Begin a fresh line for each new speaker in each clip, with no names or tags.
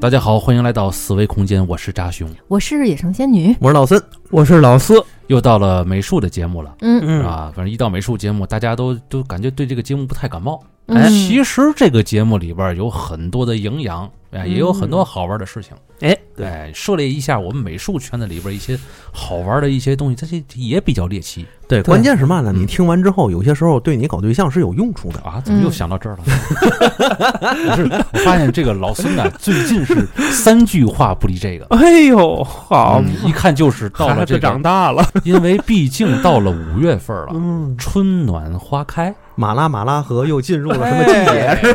大家好，欢迎来到四维空间，我是扎熊，
我是野生仙女，
我是老森，
我是老四，
又到了美术的节目了。
嗯
嗯
啊，反正一到美术节目，大家都都感觉对这个节目不太感冒。
嗯
哎，其实这个节目里边有很多的营养，哎，也有很多好玩的事情。
嗯哎，对，
哎，涉猎一下我们美术圈子里边一些好玩的一些东西，这些也比较猎奇
对，关键是嘛呢？
嗯
你听完之后，有些时候对你搞对象是有用处的。
啊！怎么又
嗯
想到这儿了？ 不是，我发现这个老孙啊，最近是三句话不离这个。
哎呦，好，
嗯一看就是到
孩
了这
子长
个，
大了，
因为毕竟到了五月份了，
嗯，
春暖花开，
马拉马拉河又进入了什么季节？
哎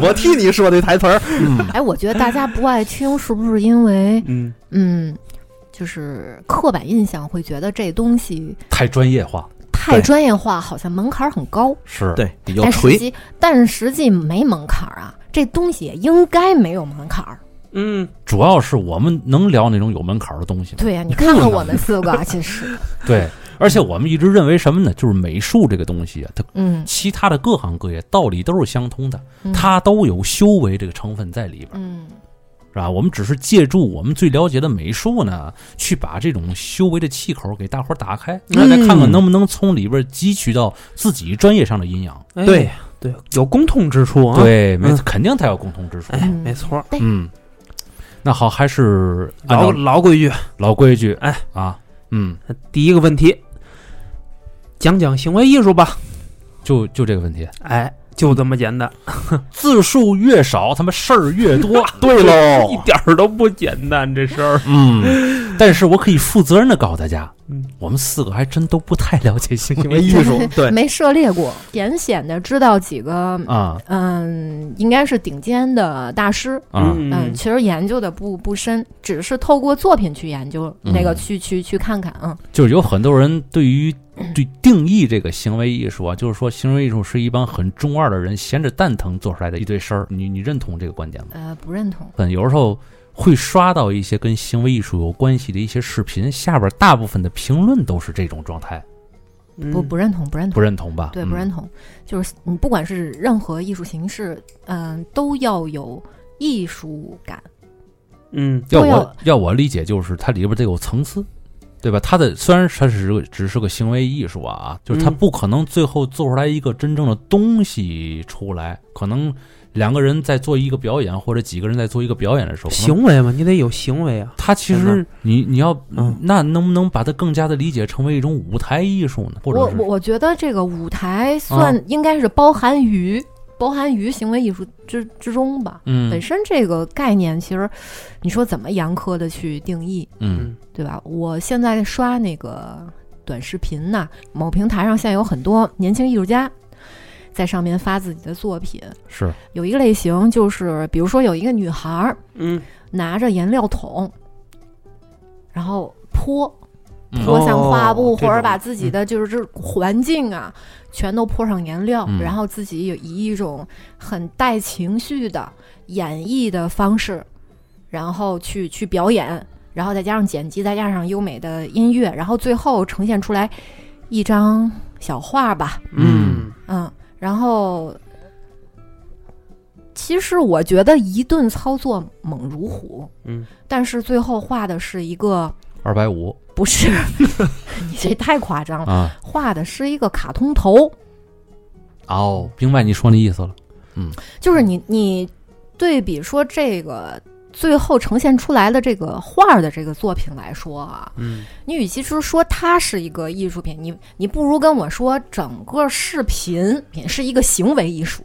我替你说这台词儿。
哎，我觉得大家不爱听，是不是因为
嗯，
嗯，就是刻板印象会觉得这东西
太专业化
太
对
专业化，好像门槛很高。
是
对，比较
哎
但实
垂。
际，但是实际没门槛儿啊，这东西也应该没有门槛儿。
嗯，
主要是我们能聊那种有门槛的东西吗？
对呀、你看看我们四个啊，其实，
对，而且我们一直认为什么呢？就是美术这个东西啊，它
嗯，
其他的各行各业道理都是相通的，
嗯，
它都有修为这个成分在里边，
嗯
是吧？我们只是借助我们最了解的美术呢，去把这种修为的气口给大伙儿打开，
嗯
那再看看能不能从里边汲取到自己专业上的营养。
哎
对
对，有共同之处啊，，
对，没
嗯
肯定它有共同之处。
哎，没
啊
错，
嗯，那好，还是按
老
照
老规矩，
老规矩，
哎
啊，嗯，
第一个问题，讲讲行为艺术吧，
就就这个问题，
哎，就这么简单，
字数越少，他妈事儿越多。
对
一
哦
喽，
点儿都不简单这事儿，
嗯， 但是我可以负责任的告诉大家，
嗯
我们四个还真都不太了解行
行
为
为艺术，
哎
对，
没涉猎过，浅显的知道几个，
啊
嗯，应该是顶尖的大师，
啊，
嗯，其实研究的不不深，只是透过作品去研究那个
嗯
去去去看看，嗯
就是有很多人对于对定义这个行为艺术啊，就是说行为艺术是一帮很中二的人闲着蛋疼做出来的一堆事儿，你你认同这个观点吗？
呃不认同，
嗯，有时候会刷到一些跟行为艺术有关系的一些视频，下边大部分的评论都是这种状态，
嗯
不不认同不
嗯
认
不
同，
认同吧？嗯
对不认
同。
同，就是你不管是任何艺术形式，嗯，都要有艺术感，
嗯
要
都
我
要
要我理解，就是它里边得有层次，对吧？它的虽然它只是个只是个行为艺术啊，就是它
嗯
不可能最后做出来一个真正的东西出来。可能两个人在做一个表演，或者几个人在做一个表演的时候，可能
行为嘛，你得有行为啊，
它其
是
实你你要、
嗯
那能不能把它更加的理解成为一种舞台艺术呢？或
我
者是啊
我我觉得这个舞台算应该是包含于、包含于行为艺术之之中吧。
嗯
本身这个概念，其实你说怎么严苛的去定义，
嗯
对吧？我现在刷那个短视频呐、某平台上现在有很多年轻艺术家在上面发自己的作品。
是
有一个类型就是，比如说有一个女孩儿
嗯，
拿着颜料桶，然后泼，
嗯
泼向画布，
哦
或者把
这种
自己的就是这环境啊，全都泼上颜料，
嗯
然后自己有以一种很带情绪的演绎的方式，然后去去表演，然后再加上剪辑，再加上优美的音乐，然后最后呈现出来一张小画吧，
嗯
嗯
嗯，然后。其实我觉得一顿操作猛如虎，
嗯，
但是最后画的是一个
二百五
不是，你这太夸张了。
啊
画的是一个卡通头，
哦，明白你说那意思了。
就是你你对比说这个最后呈现出来的这个画儿的这个作品来说啊，
嗯
你与其说说它是一个艺术品，你你不如跟我说整个视频也是一个行为艺术。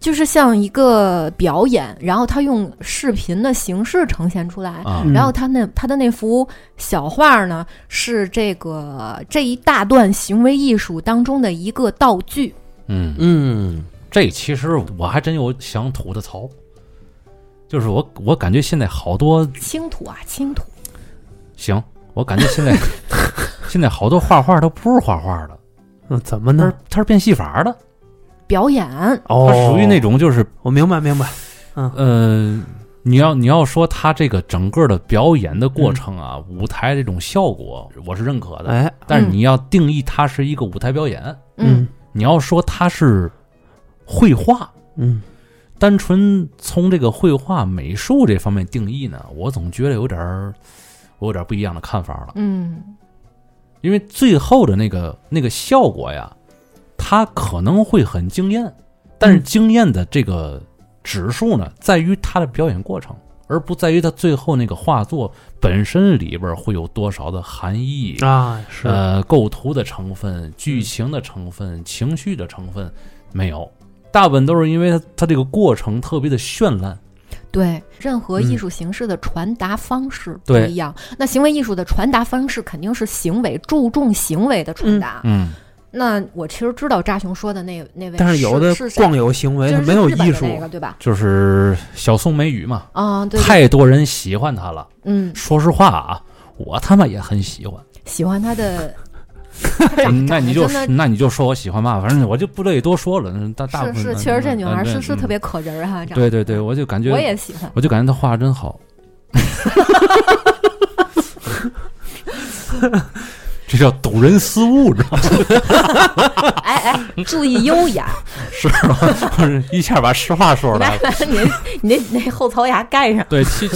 就是像一个表演，然后他用视频的形式呈现出来，
啊，
嗯
然后他那他的那幅小画呢，是这个这一大段行为艺术当中的一个道具。
嗯
嗯，
这其实我还真有想吐的槽，就是我我感觉现在好多
倾吐啊，倾吐，
行，我感觉现 在现在好多画画它不是画画的，
嗯，怎么
它
呢
是？它是变戏法的，
表演，
哦
它属于那，种就是
我明白明白，
呃，你要你要说它这个整个的表演的过程啊，舞台这种效果我是认可的，
嗯哎，
但是你要定义它是嗯一个舞台表演，
嗯
你要说它是绘画，
嗯
单纯从这个绘画美术这方面定义呢，我总觉得有点儿，我有点儿不一样的看法了。
嗯
因为最后的那个那个效果呀，它可能会很惊艳，但是
嗯
惊艳的这个指数呢，在于它的表演过程，而不在于它最后那个画作本身里边儿会有多少的含义
啊，是
呃，构图的成分、剧情的成分、情绪的成分没有，大部分都是因为它它这个过程特别的绚烂。
对，任何艺
嗯
术形式的传达方式不
对
一样。那行为艺术的传达方式肯定是行为，注重行为的传达。
嗯，
那我其实知道扎熊说的那那位，
但是有的
是谁
光有行为，
就
它
是
没有
日本
艺
的
术
那个对吧？
就是小宋美雨嘛，
嗯，对，对
啊太多人喜欢她了。
嗯，
说实话啊，我他妈也很喜欢。
喜欢他的，
嗯那你就
真的
那你就说我喜欢吧，反正我就不乐意多说了。嗯大大部
是
分
是，确实这
嗯
女孩
嗯
是
嗯
是特别可人儿哈，这样
对对对，我就感觉
我也喜欢。
我就感觉她画得真好。 这叫陡人思悟，知道吗？
哎哎，注意优雅，
是吗？不是一下把实话说出
你把
来了。
你你那那后槽牙盖上。
对，其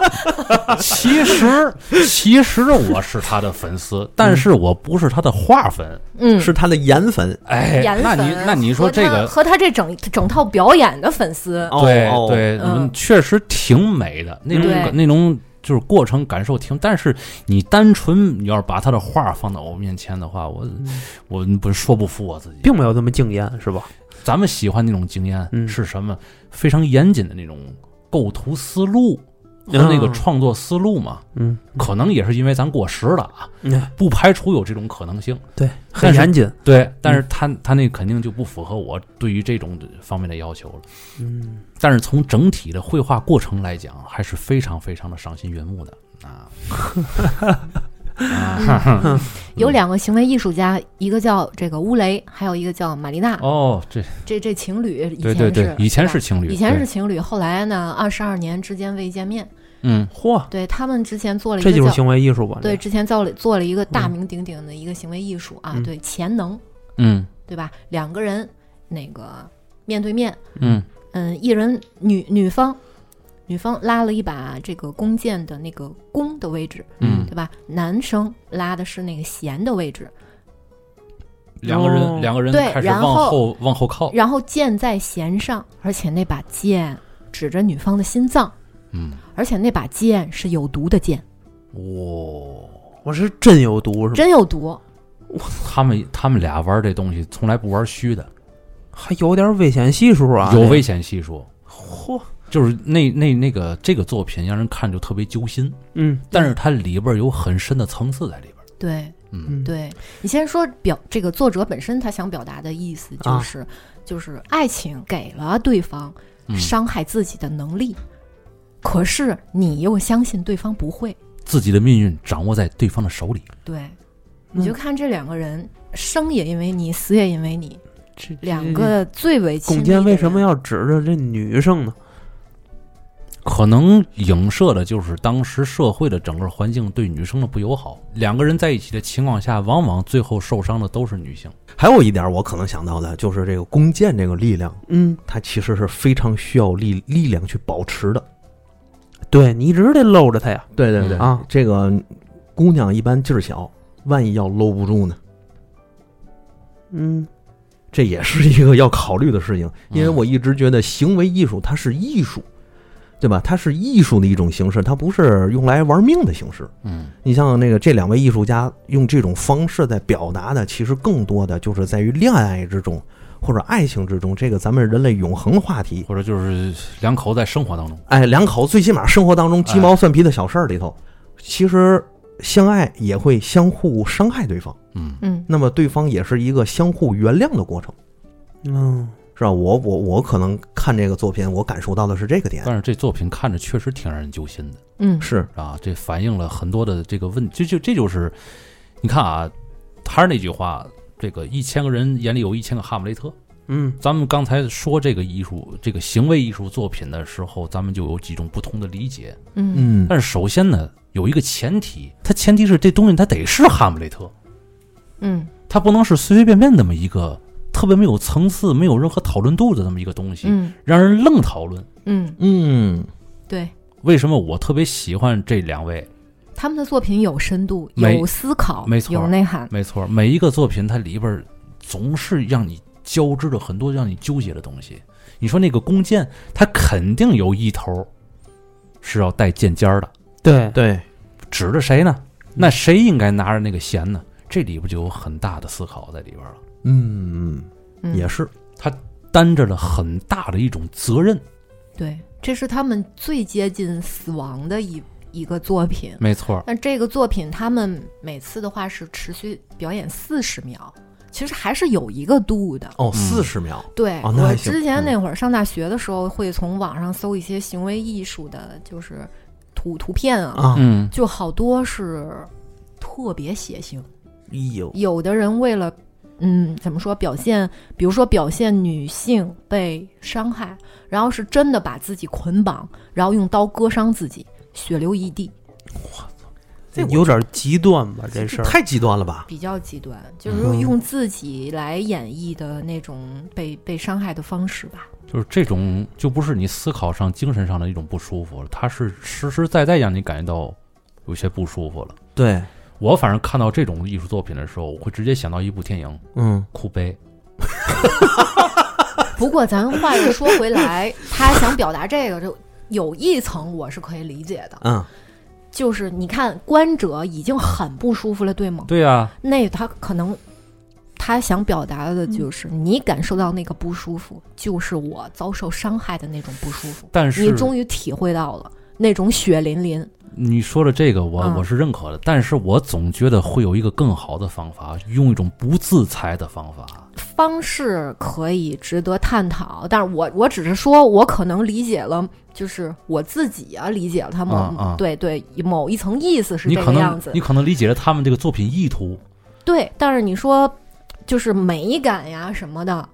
其实其实我是他的粉丝，但是我不是他的画粉。
嗯，
是他的颜粉。
哎
颜，
那
粉啊
你那你说
和
这
他
个，
和他这整整套表演的粉丝，
哦
对
哦
对，
嗯
嗯确实挺美的，那种
对
感那种就是过程感受挺。但是你单纯你要是把他的画放到我面前的话，我
嗯
我不说不服我自己。
并没有这么惊艳，是吧？
咱们喜欢那种经验
嗯
是什么？非常严谨的那种构图思路和那个
啊
创作思路嘛。
嗯，
可能也是因为咱过时了啊，
嗯
不排除有这种可能性。
对，很
是
严谨。
对，嗯但是他他那肯定就不符合我对于这种方面的要求了。
嗯，
但是从整体的绘画过程来讲，还是非常非常的赏心悦目的 啊。啊
有两个行为艺术家，一个叫这个乌雷，还有一个叫玛丽娜。
哦，这
这这情侣以前
对对
是
对，以前
吧
是情侣，
以前是
对
情侣，后来呢，二十二年之间未见面。
嗯
嚯，
对他们之前做了一
这
个
就是
叫
行为艺术吧？
对，之前做了做了一个大
嗯
名鼎鼎的一个行为艺术啊，
嗯
对潜能，
嗯
对吧？两个人那个面对面，
嗯
嗯，一人女女方。女方拉了一把这个弓箭的那个弓的位置，
嗯
对，吧？男生拉的是那个弦的位置，
两个人两个人
哦对
开始
然
往
后
后往后靠，
然后箭在弦上，而且那把箭指着女方的心脏，
嗯，
而且那把剑是有毒的剑，
哇。
我是真有毒，
嗯
是吧？
真有毒。
他们他们俩玩这东西从来不玩虚的，
还有点危险系数啊，
有
这
危险系数。
嚯，
就是那那那个这个作品让人看就特别揪心，
嗯
但是它里边有很深的层次在里边。
对
嗯，
嗯，
对，你先说表这个作者本身他想表达的意思就
啊
是，就是爱情给了对方
嗯
伤害自己的能力，可是你又相信对方不会。
自己的命运掌握在对方的手里。
对，你就
嗯
看这两个人，生也因为你，死也因为你，
这
两个最为亲密
弓
的
箭为什么
人
要指着这女生呢？
可能影射的就是当时社会的整个环境对女生的不友好。两个人在一起的情况下，往往最后受伤的都是女性。
还有一点我可能想到的就是这个弓箭这个力量，
嗯，
它其实是非常需要力力量去保持的。
对你一直得搂着她呀，
对
对对
啊，
这个姑娘一般劲儿小，万一要搂不住呢？
嗯，
这也是一个要考虑的事情，因为
嗯
我一直觉得行为艺术它是艺术，对吧？它是艺术的一种形式，它不是用来玩命的形式。
嗯
你像那个这两位艺术家用这种方式在表达的，其实更多的就是在于恋爱之中或者爱情之中，这个咱们人类永恒话题。
或者就是两口在生活当中，
哎，两口最起码生活当中鸡毛蒜皮的小事儿里头，其实相爱也会相互伤害对方，
嗯
嗯，
那么对方也是一个相互原谅的过程，
嗯，
是吧？我我我可能看这个作品，我感受到的是这个点，
但是这作品看着确实挺让人揪心的。
嗯，
是
啊，这反映了很多的这个问，这就这就是，你看啊，还是那句话，这个一千个人眼里有一千个哈姆雷特。
嗯，
咱们刚才说这个艺术、这个行为艺术作品的时候，咱们就有几种不同的理解。
嗯
嗯，
但是首先呢，有一个前提，它前提是这东西它得是哈姆雷特，
嗯
它不能是随随便便那么一个特别没有层次、没有任何讨论度的这么一个东西，
嗯
让人愣讨论。
嗯，
嗯，
对，
为什么我特别喜欢这两位？
他们的作品有深度，
没
有思考，
没错
有内涵。
没错，每一个作品它里边儿总是让你交织着很多让你纠结的东西。你说那个弓箭，它肯定有一头儿是要带箭尖儿的，
对，
对，
指着谁呢？那谁应该拿着那个弦呢？这里边就有很大的思考在里边了，
嗯，
嗯
也是，
担着了很大的一种责任。
对，这是他们最接近死亡的一一个作品。
没错，
那这个作品，他们每次的话是持续表演四十秒，其实还是有一个度的。
哦，
嗯
四十秒，
对、
哦那
我
还行
之前
嗯
那会儿上大学的时候，会从网上搜一些行为艺术的，就是图图片啊，
啊，
嗯，
就好多是特别血腥。
哎呦，
有的人为了，嗯，怎么说表现，比如说表现女性被伤害，然后是真的把自己捆绑，然后用刀割伤自己，血流一地，
这我
有点极端吧？这事
这
儿
太极端了吧？
比较极端，就是
嗯
用自己来演绎的那种被被伤害的方式吧。
就是这种，就不是你思考上、精神上的一种不舒服，它是实实在在让你感觉到有些不舒服了。
对，
我反正看到这种艺术作品的时候，我会直接想到一部电影《
嗯，
哭悲》。
不过咱话又说回来，他想表达这个就。有一层我是可以理解的，
嗯，
就是你看观者已经很不舒服了，对吗？
对啊呀、
那他可能他想表达的就是你感受到那个不舒服，就是我遭受伤害的那种不舒服，
但是
你终于体会到了那种血淋淋。
你说的这个我，我、
嗯
是认可的，但是我总觉得会有一个更好的方法，用一种不自裁的方法。
方式可以值得探讨，但是我我只是说，我可能理解了，就是我自己啊，理解了他某、
啊啊
对对某一层意思是
你
这
可
个样
能
子
你，可能理解了他们这个作品意 图，
对。但是你说就是美感呀什么的，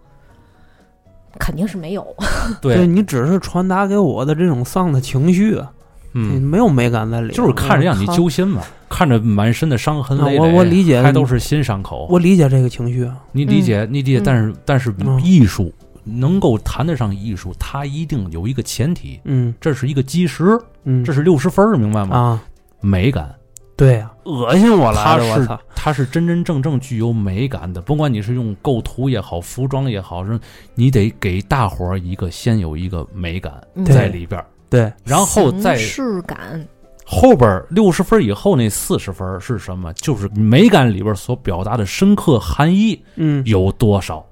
肯定是没有。
对，
你只是传达给我的这种丧的情绪，啊
嗯，
没有美感在里边，
就是看着让你
我靠
揪心嘛，看着满身的伤痕
啊
累累，
嗯我我理解
还都是新伤口。
我理解这个情绪啊，
你理解，你理解，
嗯
但是但是
嗯
艺术、能够谈得上艺术，它一定有一个前提，
嗯
这是一个基石，
嗯，
这是六十分儿，明白吗？
啊，
美感，
对啊呀，恶心我
它
来了，我
是
操，
它是真真正正具有美感的，甭管你是用构图也好，服装也好，是你得给大伙儿一个先有一个美感
嗯
在里边儿，
对，
然后再
形式感，
后边六十分以后那四十分是什么？就是美感里边所表达的深刻含义
嗯，
有多少。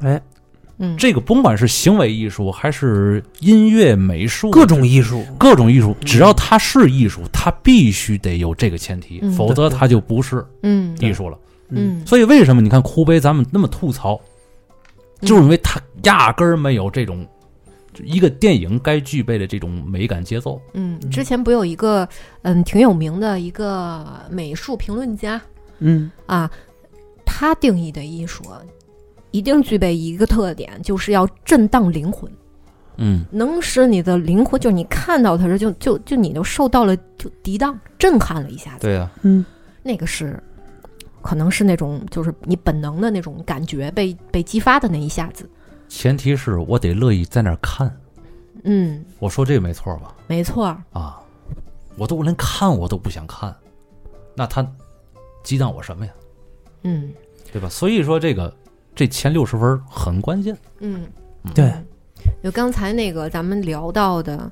哎，
嗯，
这个甭管是行为艺术还是音乐美术，
各种艺术，
各种艺术，
嗯
只要它是艺术，它必须得有这个前提，
嗯
否则
对
它就不是
嗯
艺术了。
嗯，
所以为什么你看哭悲咱们那么吐槽，
嗯
就是因为它压根儿没有这种就一个电影该具备的这种美感节奏。
嗯，之前不有一个嗯挺有名的一个美术评论家
嗯，
啊，他定义的艺术啊一定具备一个特点，就是要震荡灵魂，
嗯，
能使你的灵魂，就是你看到它时就就就你就受到了就涤荡震撼了一下子，
对呀、
嗯
那个是。可能是那种，就是你本能的那种感觉被被激发的那一下子，
前提是我得乐意在那儿看。
嗯，
我说这个没错吧？
没错儿，
啊，我都连看我都不想看，那他激荡我什么呀？
嗯
对吧？所以说这个这前六十分儿很关键。
嗯，
对，
就刚才那个咱们聊到的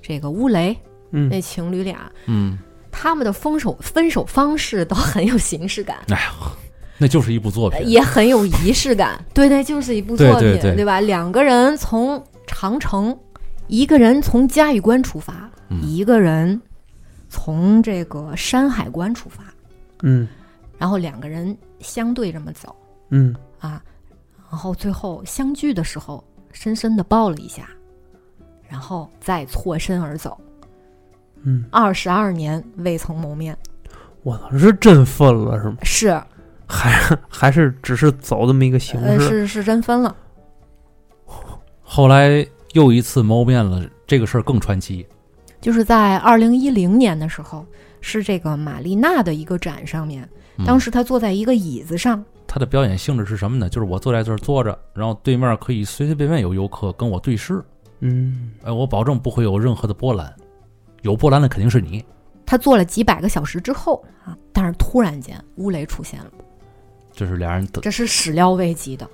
这个乌雷
嗯，
那情侣俩，
嗯，
他们的分手分手方式都很有形式感，
哎呀，那就是一部作
呃
品。
也很有仪式感。对对，就是一部作品，
对对对
吧？两个人从长城，一个人从嘉峪关出发，
嗯
一个人从这个山海关出发，
嗯
然后两个人相对这么走
嗯，
啊，然后最后相聚的时候，深深的抱了一下，然后再错身而走。
嗯，
二十二年未曾谋面，
我操，是真分了是吗？
是
还还是 只是走这么一个形
呃
式？
是是真分了。
后来又一次谋面了，这个事儿更传奇。
就是在二零一零年的时候，是这个玛丽娜的一个展上面，
嗯
当时她坐在一个椅子上，
它的表演性质是什么呢？就是我坐在这儿坐着，然后对面可以随随便便有游客跟我对视，
嗯，
哎，我保证不会有任何的波澜，有波澜的肯定是你。
他做了几百个小时之后啊，但是突然间乌雷出现了，
这是俩人的，
这是始料未及的，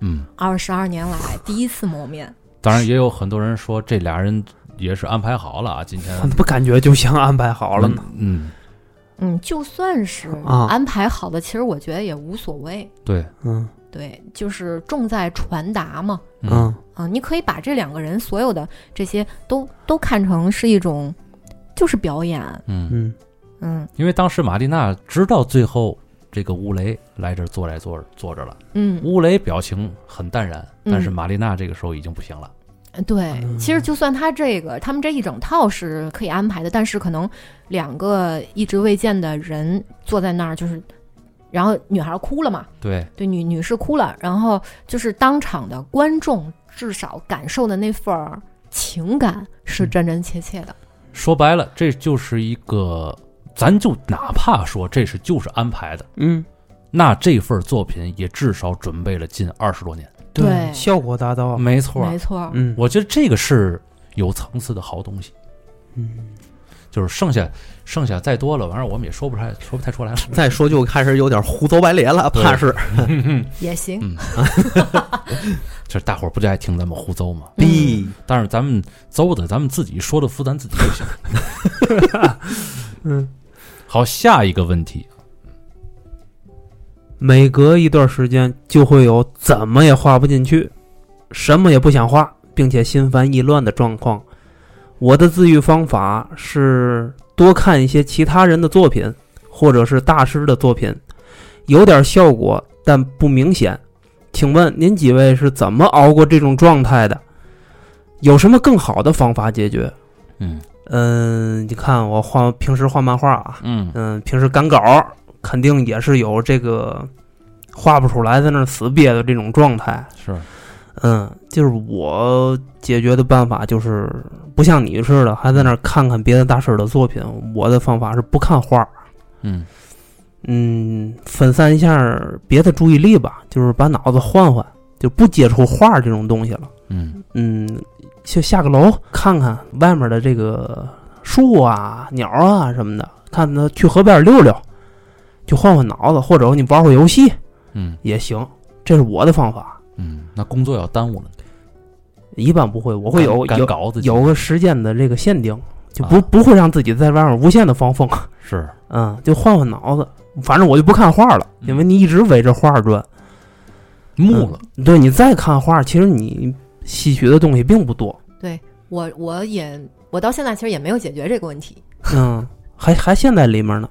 嗯，
二十二年来第一次谋面。
当然也有很多人说这俩人也是安排好了啊，今天
我怎么感觉就像安排好了呢？，
嗯，
嗯，就算是
啊
安排好的，其实我觉得也无所谓。
对，
嗯
对，就是重在传达嘛。
嗯
啊，你可以把这两个人所有的这些都都看成是一种，就是表演。
嗯，
嗯
嗯
因为当时玛丽娜知道最后这个乌雷来这儿坐来坐着坐着了，
嗯，
乌雷表情很淡然，
嗯
但是玛丽娜这个时候已经不行了，
对。其实就算他这个，他们这一整套是可以安排的，但是可能两个一直未见的人坐在那儿，就是，然后女孩哭了嘛，
对，
对，女女士哭了，然后就是当场的观众至少感受的那份儿情感是
嗯
真真切切的。
说白了，这就是一个，咱就哪怕说这是就是安排的，
嗯，
那这份作品也至少准备了近二十多年。
对
效果达到，
没错儿
没，错儿，
嗯，
我觉得这个是有层次的好东西。
嗯
就是剩下剩下再多了，完事儿我们也说不出来，说不太出来了。
再说就开始有点胡诌白咧了，怕是
也行。
就是大伙儿不就爱听咱们胡诌吗？
逼。
但是咱们诌的，咱们自己说的服咱自己就行。
嗯，
好，下一个问题，
每隔一段时间就会有怎么也画不进去，什么也不想画，并且心烦意乱的状况。我的自愈方法是多看一些其他人的作品，或者是大师的作品，有点效果，但不明显。请问您几位是怎么熬过这种状态的？有什么更好的方法解决？
嗯
嗯，你看我画平时画漫画啊，
嗯
嗯，平时赶稿儿肯定也是有这个画不出来，在那儿死憋的这种状态。
是
嗯，就是我解决的办法就是不像你似的，还在那儿看看别的大师的作品。我的方法是不看画儿，
嗯
嗯，分散一下儿别的注意力吧，就是把脑子换换，就不接触画儿这种东西了。
嗯
嗯，就下个楼看看外面的这个树啊、鸟啊什么的，看它去河边溜溜，就换换脑子，或者你玩会儿游戏
嗯
也行。这是我的方法，
嗯，那工作要耽误了，
一般不会，我会有
赶赶
有
稿子去
有个时间的这个限定，就不、
啊
不会让自己在外面无限的放风。
是
嗯，就换换脑子，反正我就不看画了，
嗯
因为你一直围着画转。
木了，
对你再看画，其实你吸取的东西并不多。
我我也我到现在其实也没有解决这个问题
嗯，还还陷在里面呢。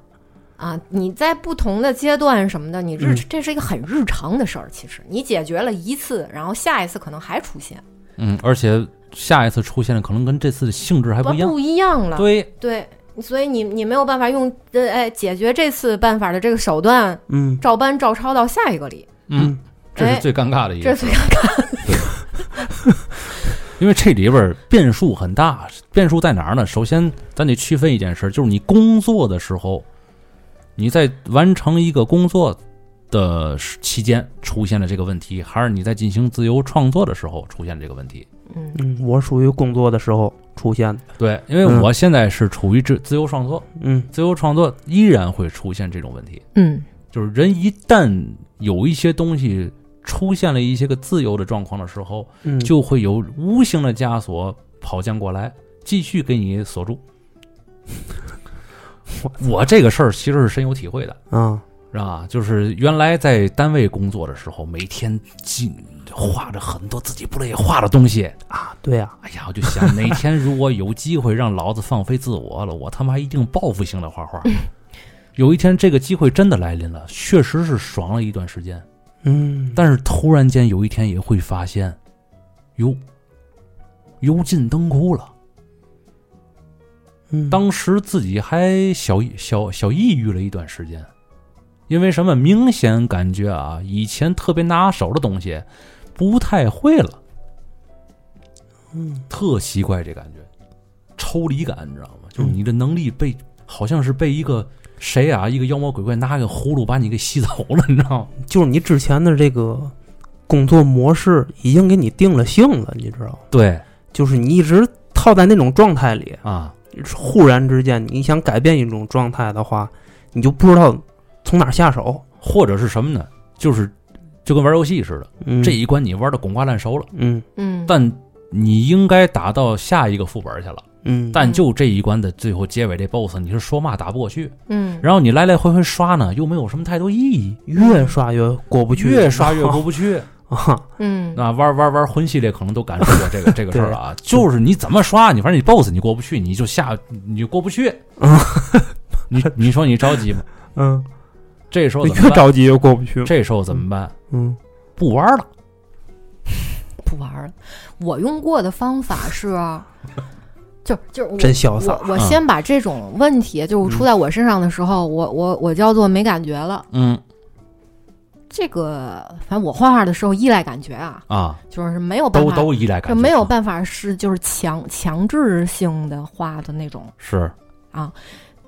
啊。你在不同的阶段什么的，你日、
嗯
这是一个很日常的事儿。其实你解决了一次，然后下一次可能还出现，
嗯，而且下一次出现的可能跟这次的性质还不一样，
不一样了。
对，
对所以你你没有办法用呃哎解决这次办法的这个手段，
嗯
照搬照抄到下一个里，
嗯，这
哎
是最尴尬的一
这
个，
是最尴尬。
因为这里边儿变数很大，变数在哪儿呢？首先，咱得区分一件事，就是你工作的时候，你在完成一个工作的时期间出现了这个问题，还是你在进行自由创作的时候出现了这个问题？
嗯，
嗯，我属于工作的时候出现的。
对，因为
嗯
我现在是处于自自由创作，
嗯
自由创作依然会出现这种问题，
嗯，
就是人一旦有一些东西出现了一些个自由的状况的时候，
嗯，
就会有无形的枷锁跑将过来，继续给你锁住。我这个事儿其实是深有体会的，
啊，
是吧？就是原来在单位工作的时候，每天进画着很多自己不乐意画的东西。
啊对呀、
哎呀，我就想哪天如果有机会让老子放飞自我了，我他妈一定报复性的画画。有一天这个机会真的来临了，确实是爽了一段时间，
嗯，
但是突然间有一天也会发现，哟，油尽灯枯了。
嗯
当时自己还小小小抑郁了一段时间，因为什么？明显感觉啊，以前特别拿手的东西不太会了，
嗯
特奇怪这感觉，抽离感，你知道吗？就是你的能力被好像是被一个谁啊，一个妖魔鬼怪拿个葫芦把你给吸走了，你知道吗？
就是你之前的这个工作模式已经给你定了性了，你知道吗？
对
就是你一直套在那种状态里，
啊，
忽然之间你想改变一种状态的话，你就不知道从哪儿下手。
或者是什么呢？就是就跟玩游戏似的，
嗯，
这一关你玩的滚瓜烂熟了，
嗯
嗯，
但你应该打到下一个副本去了，
嗯，
但就这一关的最后结尾这 BOSS，你是说嘛打不过去，
嗯，
然后你来来回回刷呢，又没有什么太多意义，
越刷越过不去，
越刷越过不去。
啊，
嗯
那玩玩玩魂系列可能都感受过 这个这个事儿啊，就是你怎么刷，你反正你 BOSS 你过不去，你就下你就过不 去
嗯。
你你说你着急吗？
嗯，
这时候怎
越
么办？
着急越过不去。
这时候怎么办？
嗯
不玩了。
不玩儿了。我用过的方法 是，就就是我
真潇洒
我我
嗯
先把这种问题，就是出在我身上的时候，我我我叫做没感觉了。
嗯
这个反正我画画的时候依赖感觉啊，
啊，
就是没有办
都
法，
都依赖感
就
觉，
没有
啊
办法是就是强强制性的画的那种。
是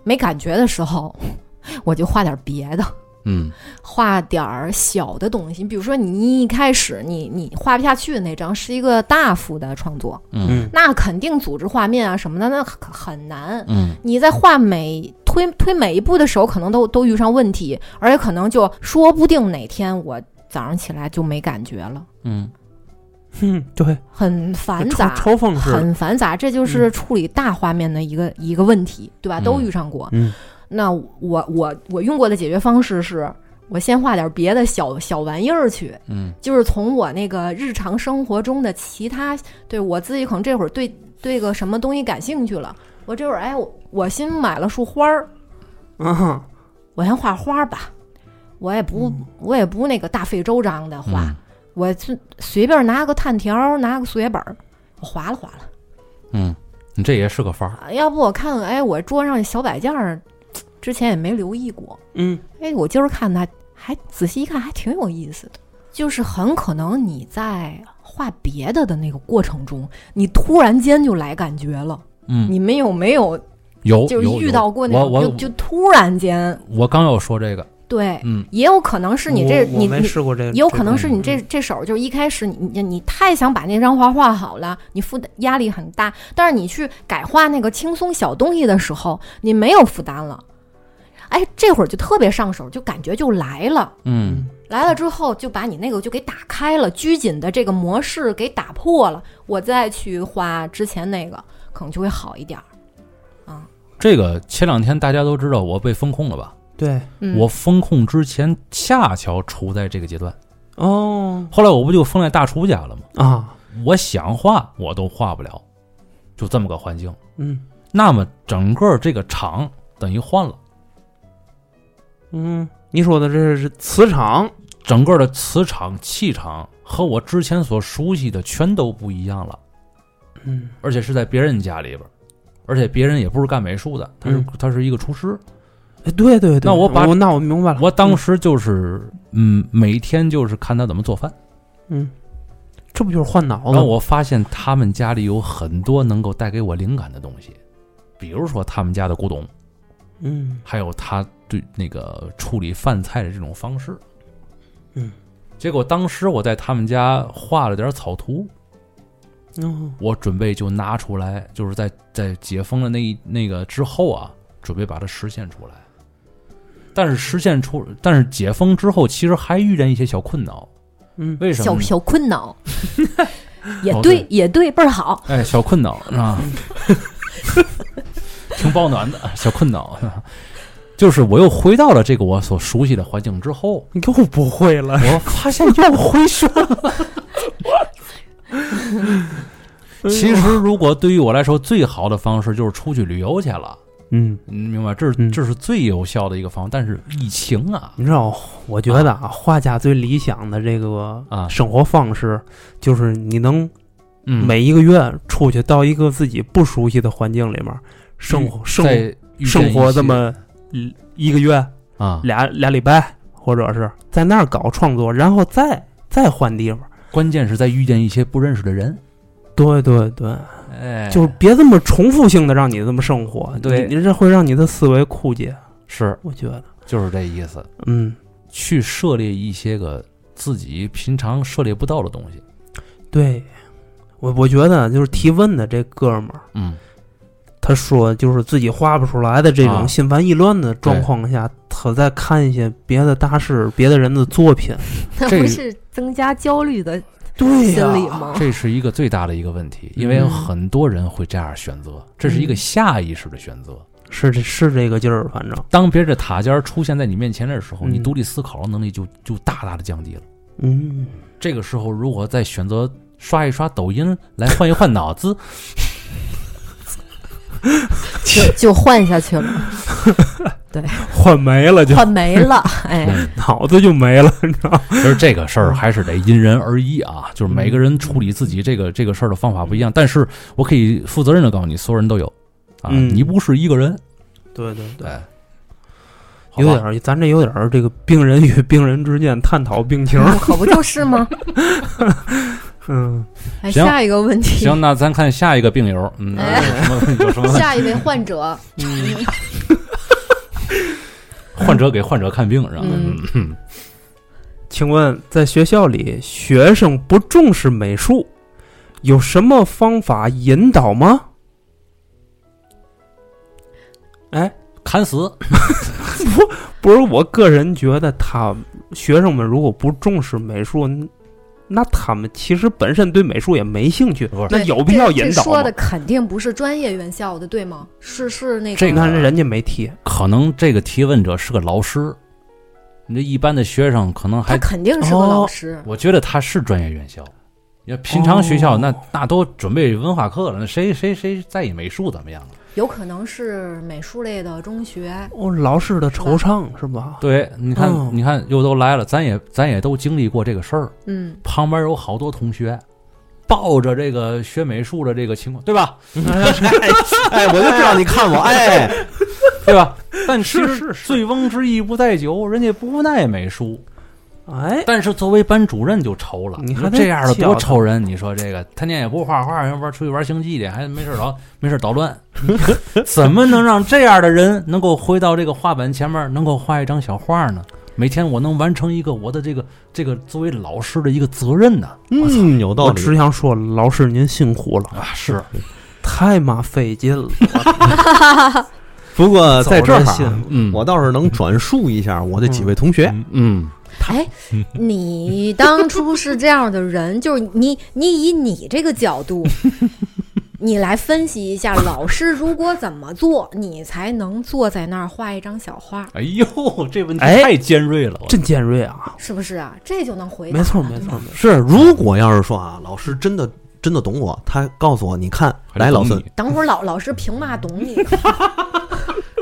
没感觉的时候， 我就画点别的。
嗯
画点儿小的东西，比如说你一开始你你画不下去的那张是一个大幅的创作，
嗯
嗯
那肯定组织画面啊什么的，那很很难。
嗯
你在画每推推每一步的时候，可能都都遇上问题，而且可能就说不定哪天我早上起来就没感觉了，
嗯
嗯，对，
很繁
抽
杂，
抽风式，
很繁杂。这就是处理大画面的一个、一个问题，对吧？
嗯
都遇上过。
嗯
那我我我用过的解决方式是。我先画点别的小小玩意儿去，
嗯
就是从我那个日常生活中的其他，对我自己可能这会儿对对个什么东西感兴趣了，我这会儿哎，我我新买了束花儿，
啊，
我先画花儿吧，我也不、我也不那个大费周章的画，
嗯
我就随便拿个碳条儿，拿个速写本儿，我划了划了，
嗯，你这也是个法儿，
啊要不我看看，哎，我桌上小摆件儿，之前也没留意过，
嗯
哎，我今儿看它还仔细一看，还挺有意思的。就是很可能你在画别的的那个过程中，你突然间就来感觉了。
嗯，
你们有没有
有
就是
有
遇
有
到过那种
我
就
我
就哎突然间
我刚要说这个，
对，
嗯
也有可能是你这
我
你
我没
你
试过这个，
也有可能是你这这手就是一开始你你你太想把那张画画好了，你负担压力很大，但是你去改画那个轻松小东西的时候，你没有负担了，哎，这会儿就特别上手，就感觉就来了。
嗯
来了之后，就把你那个就给打开了，拘谨的这个模式给打破了。我再去画之前那个，可能就会好一点儿。
这个前两天大家都知道我被封控了吧？
对
嗯，
我封控之前恰巧处在这个阶段，
哦
后来我不就封在大厨家了吗？
啊，
我想画我都画不了，就这么个环境。
嗯
那么整个这个场等于换了，
嗯，你说的这是磁场，
整个的磁场、气场和我之前所熟悉的全都不一样了，
嗯
而且是在别人家里边儿，而且别人也不是干美术的，他是、
嗯
他是一个厨师。
哎，对对对，
那我
我
把
那我明白了，
我当时就是，嗯，每天就是看他怎么做饭。
嗯，嗯这不就是换脑
然
子？
后我发现他们家里有很多能够带给我灵感的东西，比如说他们家的古董，
嗯
还有他对那个处理饭菜的这种方式。
嗯，
结果当时我在他们家画了点草图，
哦
我准备就拿出来，就是在在解封的那一那个之后啊，准备把它实现出来。但是实现出，但是解封之后，其实还遇见一些小困扰。
嗯
为什么
小
呢？
小困 扰，也
哦
对
对，
也对，倍儿好。
哎，小困扰是吧？挺保暖的，小困扰。就是我又回到了这个我所熟悉的环境之后，
又不会了，
我发现又回旋了。 其实，如果对于我来说，最好的方式就是出去旅游去了。
嗯，
你明白，这是
嗯
这是最有效的一个方法。但是疫情啊，
你知道，我觉得啊，画家最理想的这个
啊
生活方式，就是你能
嗯，
每一个月出去到一个自己不熟悉的环境里面生活生活
在遇见
生活
一
这
些
么一一个月
啊，
俩俩礼拜，或者是在那儿搞创作，然后再再换地方。
关键是在遇见一些不认识的人。
对对对，
哎，
就是别这么重复性的让你这么生活，
对
你你这会让你的思维枯竭，
是
我觉得，
就是这意思，
嗯，
去涉猎一些个自己平常涉猎不到的东西。
对，我我觉得就是提问的这哥们儿，
嗯，
他说就是自己画不出来的这
啊
种心烦意乱的状况下，他在看一些别的大师、别的人的作品，
那
这
不是增加焦虑的
对
心
呀、
理吗？
这是一个最大的一个问题，因为
嗯
很多人会这样选择，这是一个下意识的选择。
是这是这个劲儿，反正，
当别人的塔尖儿出现在你面前的时候，
嗯
你独立思考的能力就就大大的降低了。
嗯，
这个时候，如果再选择刷一刷抖音来换一换脑 子，
就就换下去了，
换没了就
换没了，哎，
嗯脑子就没了，你知道吗？
其实这个事儿还是得因人而异 啊，就是每个人处理自己这个这个事儿的方法不一样。但是我可以负责任的告诉你，所有人都有啊，
嗯
你不是一个人，
对对对。
哎，好
有
吧
点儿，咱这有点儿这个病人与病人之间探讨病情。
可不就是吗？
嗯，
哎，
行
下一个问题，
行，那咱看下一个病 友，嗯，
哎
有什么有什
嗯
么
下一位患者，
患者给患者看病是吧？
嗯
嗯
请问在学校里，学生不重视美术，有什么方法引导吗？
砍死，
不是，我个人觉得他学生们如果不重视美术，那他们其实本身对美术也没兴趣
不是，
那
对
有必要引
这
导
说
吗
的？肯定不是专业院校的，对吗？是是那个
这
那人家没提，
可能这个提问者是个老师，你这一般的学生可能
他
还，
肯定是个
哦
老师，
我觉得他是专业院校。要平常学校
哦
那那都准备文化课了，那谁谁谁在意美术怎么样？
有可能是美术类的中学。
哦，老师的惆怅是吧？
对，你看，
哦
你看，又都来了，咱也咱也都经历过这个事儿。
嗯，
旁边有好多同学，抱着这个学美术的这个情况，对吧？
哎，我就知道你看 我，哎，
对吧？ 但其实
是
醉翁之意不在酒，人家不爱美术，
哎，
但是作为班主任就愁了。
你
说
还得
这样的
教
多
他
愁人，你说这个他念也不画画，人玩出去玩星际去，还没事儿捣没事儿捣乱， 怎么能让这样的人能够回到这个画板前面，能够画一张小画呢？每天我能完成一个我的这个这个作为老师的一个责任呢？我操
嗯，有道
我
理。
只想说，老师您辛苦了，
啊，是
太妈费劲了。
不过在这儿啊
走着
哈
信，
嗯
我倒是能转述一下我的几位同学。
嗯，
哎，你当初是这样的人， 就是你，你以你这个角度，你来分析一下老师如果怎么做，你才能坐在那儿画一张小画，
哎呦，这问题
哎
太尖锐了，
真尖锐啊！
是不是啊？这就能回答。
没错，没错，没错。
是，如果要是说啊，老师真的真的懂我，他告诉我，你看，来，老孙，
等会儿老老师凭嘛懂你呢？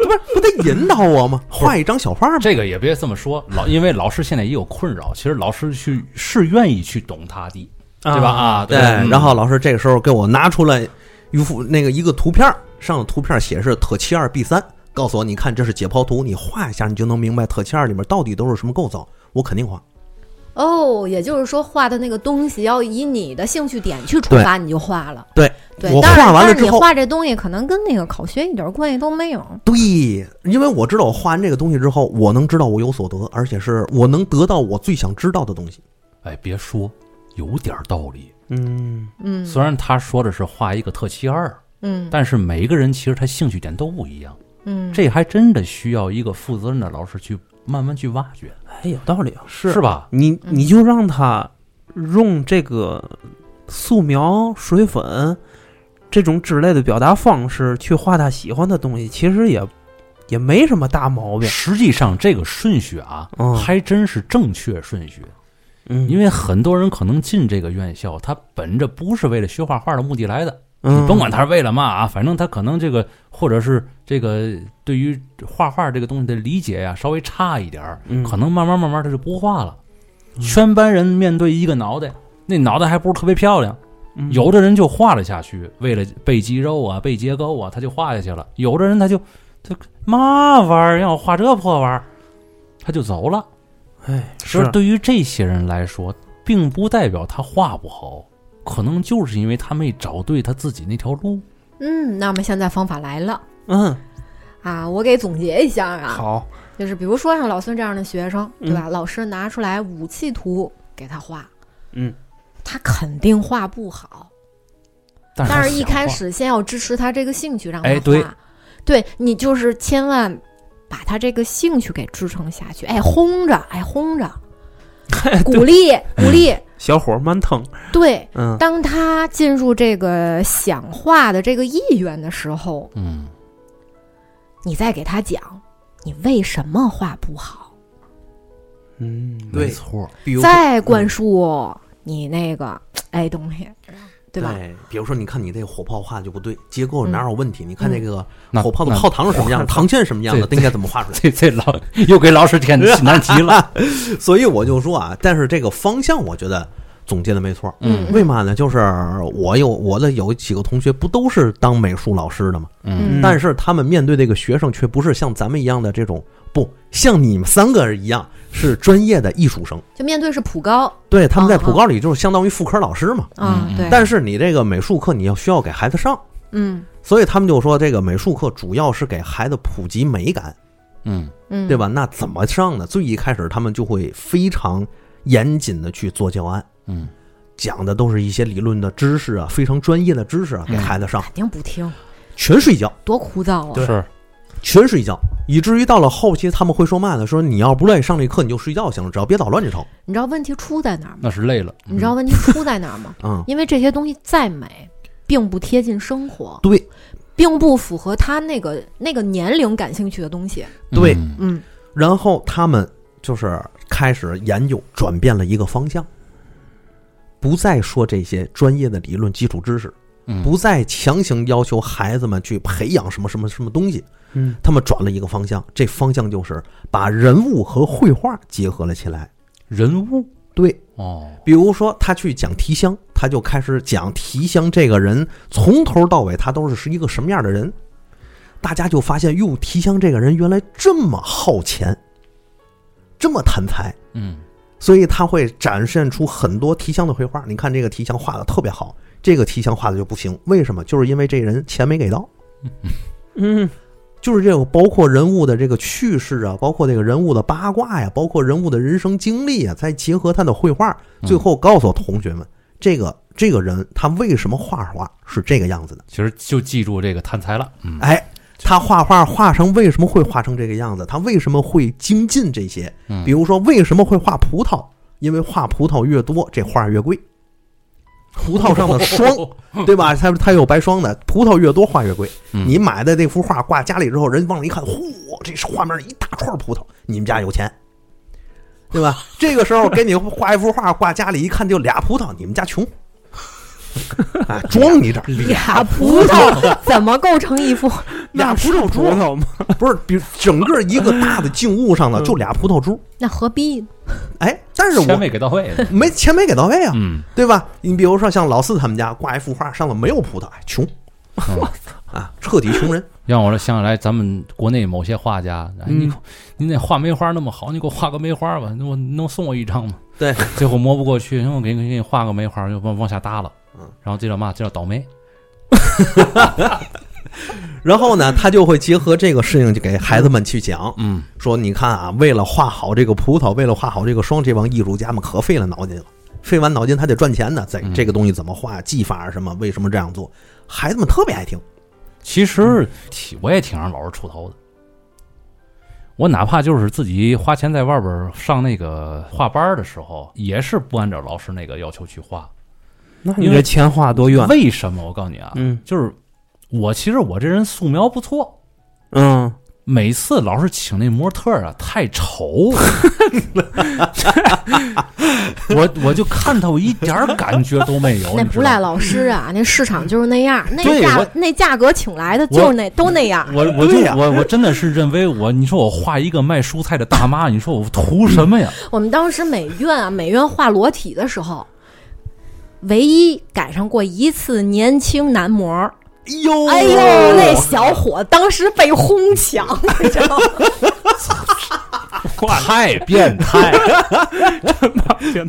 这不是不得引导我 吗？画一张小画吗？
这个也别这么说，老因为老师现在也有困扰，其实老师去是愿意去懂他的，对吧？啊，
对，
嗯
然后老师这个时候给我拿出来一幅那个一个图片儿，上的图片儿写是特七二 B 三，告诉我，你看这是解剖图，你画一下，你就能明白特七二里面到底都是什么构造。我肯定画，
哦，也就是说画的那个东西要以你的兴趣点去出发，你就画了。
对
对
我，
但是
画完
但
了
是
之
你
后
画这东西可能跟那个考学一点关系都没有。
对，因为我知道我画完这个东西之后，我能知道我有所得，而且是我能得到我最想知道的东西。
哎，别说，有点道理。
嗯，
嗯
虽然他说的是画一个特七二，
嗯
但是每个人其实他兴趣点都不一样，
嗯，
这还真的需要一个负责任的老师去慢慢去挖掘，
哎，有道理啊。
是是吧？
你
嗯
你就让他用这个素描、水粉这种之类的表达方式去画他喜欢的东西，其实也也没什么大毛病。
实际上这个顺序啊，
嗯
还真是正确顺序。
嗯，
因为很多人可能进这个院校，他本着不是为了学画画的目的来的，
嗯
你甭管他是为了嘛啊，反正他可能这个或者是这个对于画画这个东西的理解呀、稍微差一点儿，
嗯
可能慢慢慢慢他就不画了。全班人面对一个脑袋，那脑袋还不是特别漂亮，
嗯
有的人就画了下去，为了背肌肉啊、背结构啊，他就画下去了；有的人他就他嘛玩意儿，让我画这破玩意儿，他就走了。
哎
就是是对于这些人来说，并不代表他画不好，可能就是因为他没找对他自己那条路。
嗯，那么现在方法来了
嗯，
啊，我给总结一下啊，
好，
就是比如说像老孙这样的学生，对吧？老师拿出来武器图给他画，
嗯，
他肯定画不好，
但是
但
他
是一
想画
开始先要支持他这个兴趣，让他
哎
画。
对
对你就是千万把他这个兴趣给支撑下去，哎，轰着，哎，轰着，鼓励，鼓励。
小伙儿慢腾，
对，
嗯，
当他进入这个想画的这个意愿的时候，
嗯，
你再给他讲你为什么画不好，
嗯，
对
没错，
比如说
再灌输你那个哎东西，对吧？
哎比如说，你看你这个火炮画的就不对，结构哪有问题？你看
嗯
那个
那
火炮的
那
炮膛是什 么样的，膛线什么样的，
对
应该怎么画 出 来？
这这老又给老师添难题了。
所以我就说啊，但是这个方向我觉得总结的没错。
嗯
为嘛呢？就是我有我的有几个同学不都是当美术老师的吗？
嗯
嗯
但是他们面对这个学生却不是像咱们一样的这种，不像你们三个一样是专业的艺术生。
就面对是普高
对，他们在
嗯
普高里就是相当于副科老师嘛。
啊，
嗯嗯
对，
但是你这个美术课你要需要给孩子上，
嗯
所以他们就说这个美术课主要是给孩子普及美感，
嗯，
嗯，
对吧？？那怎么上呢？最一开始他们就会非常严谨的去做教案，
嗯，
讲的都是一些理论的知识啊，非常专业的知识啊，给孩子上，
肯定不听，
全睡觉，
多枯燥啊！
是，
全睡觉，以至于到了后期他们会说嘛呢？说你要不愿意上这课，你就睡觉行了，只要别捣乱就成。
你知道问题出在哪儿吗？
那是累了。
你知道问题出在哪儿吗？
嗯，
因为这些东西再美，并不贴近生活，
对，
并不符合他那个那个年龄感兴趣的东西。
嗯
对
嗯
嗯
然后他们就是开始研究，转变了一个方向，不再说这些专业的理论基础知识，
嗯，
不再强行要求孩子们去培养什么什么什么东西，
嗯，
他们转了一个方向，这方向就是把人物和绘画结合了起来。
人物
对，
哦，
比如说他去讲提香，他就开始讲提香这个人从头到尾他都是是一个什么样的人，大家就发现哟，提香这个人原来这么耗钱，这么贪财，
嗯
所以他会展现出很多提香的绘画。你看这个提香画的特别好，这个提香画的就不行，为什么？就是因为这人钱没给到。
嗯，
就是这个，包括人物的这个趣事啊，包括这个人物的八卦呀，包括人物的人生经历啊，再结合他的绘画，
嗯
最后告诉同学们，这个这个人他为什么画画是这个样子的？
其实就记住这个贪财了。嗯，
哎，他画画画成为什么会画成这个样子？他为什么会精进这些？
嗯
比如说为什么会画葡萄？因为画葡萄越多，这画越贵。葡萄上的 霜，对吧？它它有白霜的，葡萄越多画越贵。
嗯
你买的那幅画挂家里之后，人往上一看，嚯，这是画面一大串葡萄，你们家有钱，对吧？这个时候给你画一幅画挂家里，一看就俩葡萄，你们家穷， 啊，装你这儿
俩葡萄 怎么构成一幅？
俩葡萄
葡
珠，
萄吗？
不是比整个一个大的静物上呢，就俩葡萄珠，
那何必呢？
哎，但是
嗯钱
我
没给到位。
没钱没给到位啊，
嗯，
对吧？你比如说像老四他们家挂一幅画，上头没有葡萄，哎穷，
嗯
我操 啊，彻底穷人。
让我想起来咱们国内某些画家，哎，
嗯
你您那画梅花那么好，你给我画个梅花吧，那 我能送我一张吗？
对，
最后磨不过去，然后给给你画个梅花，就往往下搭了。
嗯，
然后这叫嘛？这叫倒霉。
然后呢，他就会结合这个事情就给孩子们去讲，
嗯
说你看啊，为了画好这个葡萄，为了画好这个霜，这帮艺术家们可费了脑筋了。费完脑筋还得赚钱呢，在
嗯
这个东西怎么画、技法是什么，为什么这样做，哎孩子们特别爱听。
其实挺我也挺让老师出头的。我哪怕就是自己花钱在外边儿上那个画班儿的时候，也是不按照老师那个要求去画。
那
因
你
为
这钱花多冤？
为什么？我告诉你啊，
嗯
就是我其实我这人素描不错，
嗯，
每次老是请那模特儿啊太丑了， 我我就看他我一点儿感觉都没有。
那
你知
不
道
赖
吗
老师啊，那市场就是那样，那
对
价
我
那价格请来的就是那都那样。
我我就
对呀
我我真的是认为我，你说我画一个卖蔬菜的大妈，你说我图什么呀？
我们当时美院啊，美院画裸体的时候，唯一赶上过一次年轻男模儿。
哎呦，
哎呦，那小伙当时被哄抢，你知道吗？
挂了，
太变态，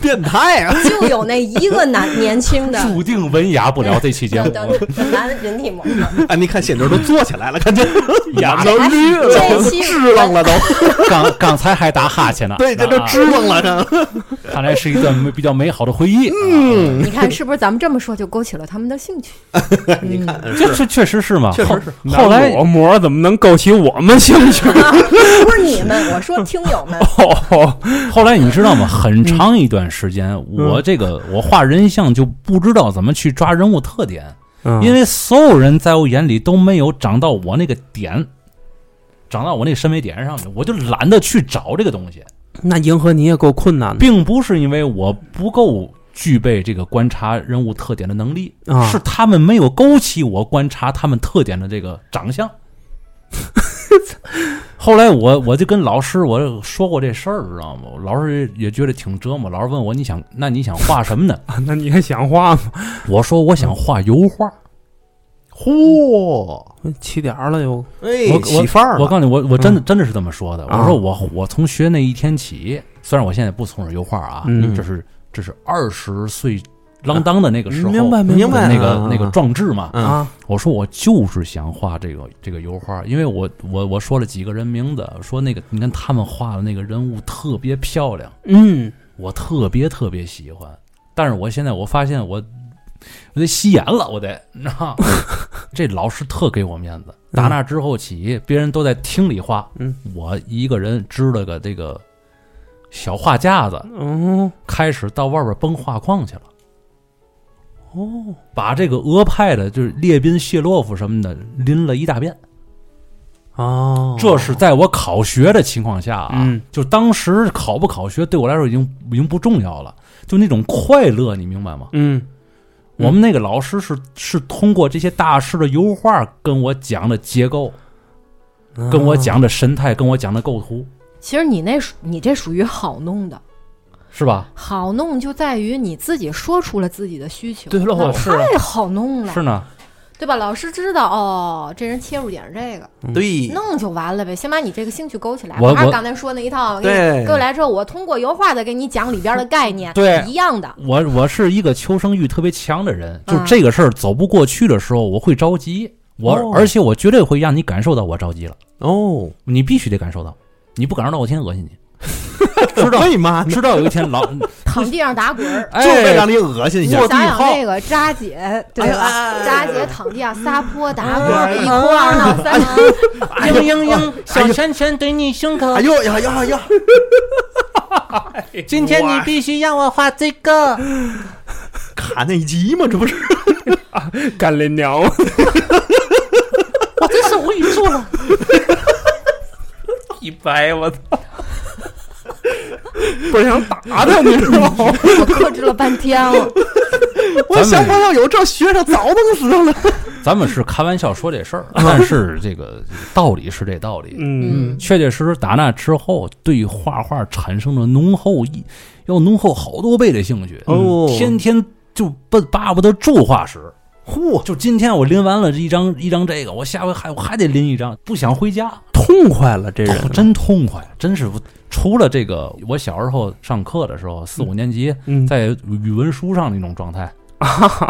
变态啊！
就有那一个男年轻的
注定文雅不了这期节目
的。的男人体模特，
哎，你看，谢妞都坐起 来了，看这
呀，
都 绿
这
了，
期
支棱了都。
刚刚才还打哈欠呢，
对，这都
啊
支棱了，看
看来是一段比较美好的回忆。嗯，
你看是不是咱们这么说就勾起了他们的兴趣？
你看，
这是确实是嘛，
确实
后
是
后来
我膜怎么能勾起我们兴趣？
不是你们，我说听友们，
哦，
后来你知道吗？很长一段时间，我这个我画人像就不知道怎么去抓人物特点，因
为
为所有人在我眼里都没有长到我那个点，长到我那个审美点上面，我就懒得去找这个东西，
那迎合你也够困难的
并不是因为我不够具备这个观察人物特点的能力，
啊
是他们没有勾起我观察他们特点的这个长相。 后来我我就跟老师我说过这事儿，知道吗？我老师也觉得挺折磨。老师问我你想那你想画什么呢？
啊那你还想画吗？
我说我想画油画。
嚯，
七点儿了又
哎
我，
起范儿
我
了，
告诉你，我我真的、真的是这么说的。
啊
我说我我从学那一天起，虽然我现在不从事油画啊，
嗯
这是这是二十岁啷当的那个时候，
明白
明白
的那个、
啊
那个壮志嘛。
嗯
啊
我说我就是想画这个这个油画，因为我我我说了几个人名字，说那个你看他们画的那个人物特别漂亮，
嗯
我特别特别喜欢。但是我现在我发现我我得吸眼了，我得，你知道吗， 这老师特给我面子。打那之后起，别人都在厅里画，
嗯，
我一个人支了个这个小画架子，嗯
哦
开始到外边崩画框去了。
哦，
把这个俄派的，就是列宾、谢洛夫什么的，拎了一大遍。
哦，
这是在我考学的情况下啊，
嗯
就当时考不考学对我来说已经已经不重要了，就那种快乐，你明白吗？
嗯嗯
我们那个老师是是通过这些大师的油画跟我讲的结构，
啊
跟我讲的神态，跟我讲的构图，
其实你那属你这属于好弄的，
是吧？
好弄就在于你自己说出了自己的需求，
对了
那
我是
太好弄了，
是呢，
对吧？老师知道哦，这人切入点是这个，
对，
弄就完了呗，先把你这个兴趣勾起来。
我
还是
我
刚才说那一套，给
对
你给我来之后，我通过油画再给你讲里边的概念，
对
一样的。
我我是一个求生欲特别强的人，就
嗯
这个事儿走不过去的时候，我会着急，我、
哦
而且我绝对会让你感受到我着急了，
哦，
你必须得感受到，你不感受到我天天恶心 你，
知
哎
道为嘛？
直到有一天 老，
躺地上打 滚儿，
就为让你恶心一下
你，想想那个扎姐，对
哎
吧？
哎
扎姐躺地上撒泼打滚
哎
儿，一哭二闹三上
嘤嘤嘤，小拳拳怼你胸口
哎呦呀呀呀！
今
天你
必须让我画这个。
卡内基吗？这不是？
干了娘，
我真是无语住了。
一掰我操， 不想打他，你知道 吗？
我克制了半天 了。
我想不到有这学生早弄死他了。
哎咱们是开玩笑说这事 儿，但是这个道理是这道理。
嗯，
确确实实，打那之后，对画画产生了浓厚一，要浓厚好多倍的兴趣。
哦
天天就奔巴不得住画室。
嚯，
就今天我临完了这一张一张这个，我下回还我还得临一张，不想回家。
痛快了，这
哦
人
真痛快，真是不。除了这个，我小时候上课的时候，四五年级，
嗯
在语文书上那种状态，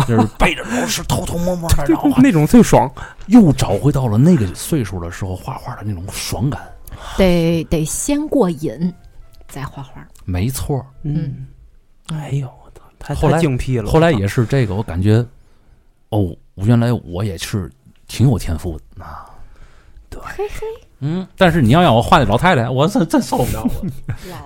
就是背着老师偷偷摸摸的，然后还
那种最爽，
又找回到了那个岁数的时候画画的那种爽感。
得得先过瘾，再画画。
没错，
嗯，哎呦我操，太
后来
太精辟了，
后来也是这个，我感觉，哦，原来我也是挺有天赋的啊。
嘿嘿，
嗯，但是你要让我画那老太太，我真真受不 了我。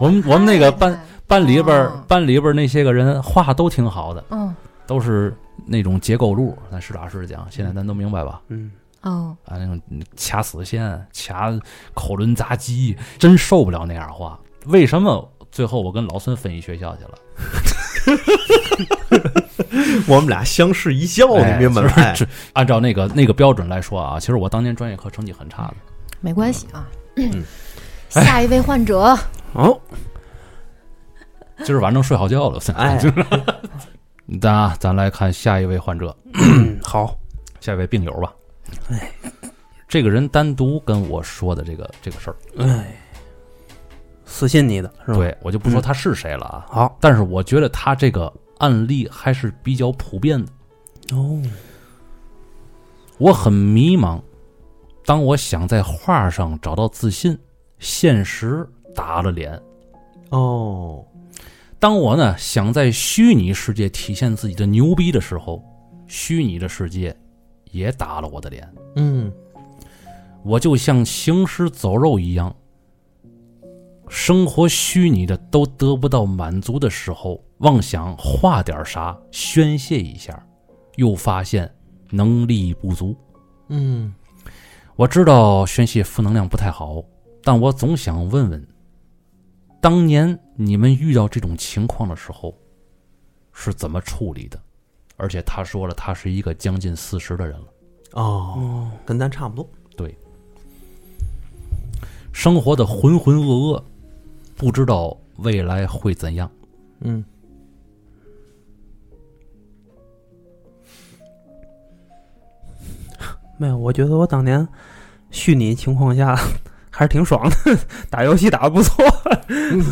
我们我们那个班班里边儿
哦
班里边儿那些个人画都挺好的，
嗯
都是那种结构路，咱实打实讲，现在咱都明白吧？
嗯，
哦，
啊，那种卡死线、卡口轮匝肌，真受不了那样画。为什么最后我跟老孙分一学校去了？
我们俩相视一笑，
哎
你明白吗？哎
就是这按照那个那个标准来说啊，其实我当年专业课成绩很差 的。
没关系啊。
嗯
下一位患者，
哦，
今儿晚上睡好觉了，
哎，
咱啊咱来看下一位患者，
嗯好，
下一位病友吧。哎，这个人单独跟我说的这个这个事儿，
哎，私信你的是吧？，嗯
对我就不说他是谁了啊，
好
但是我觉得他这个案例还是比较普遍的。
哦，
我很迷茫，当我想在画上找到自信，现实打了脸。
哦，
当我呢想在虚拟世界体现自己的牛逼的时候，虚拟的世界也打了我的脸。
嗯，
我就像行尸走肉一样，生活虚拟的都得不到满足的时候，妄想画点啥宣泄一下，又发现能力不足。
嗯，
我知道宣泄负能量不太好，但我总想问问，当年你们遇到这种情况的时候是怎么处理的？而且他说了，他是一个将近四十的人了，嗯
哦，跟咱差不多。
生活的浑浑噩噩，不知道未来会怎样。
嗯，
没有，我觉得我当年虚拟情况下 还是挺爽的，打游戏打的不错。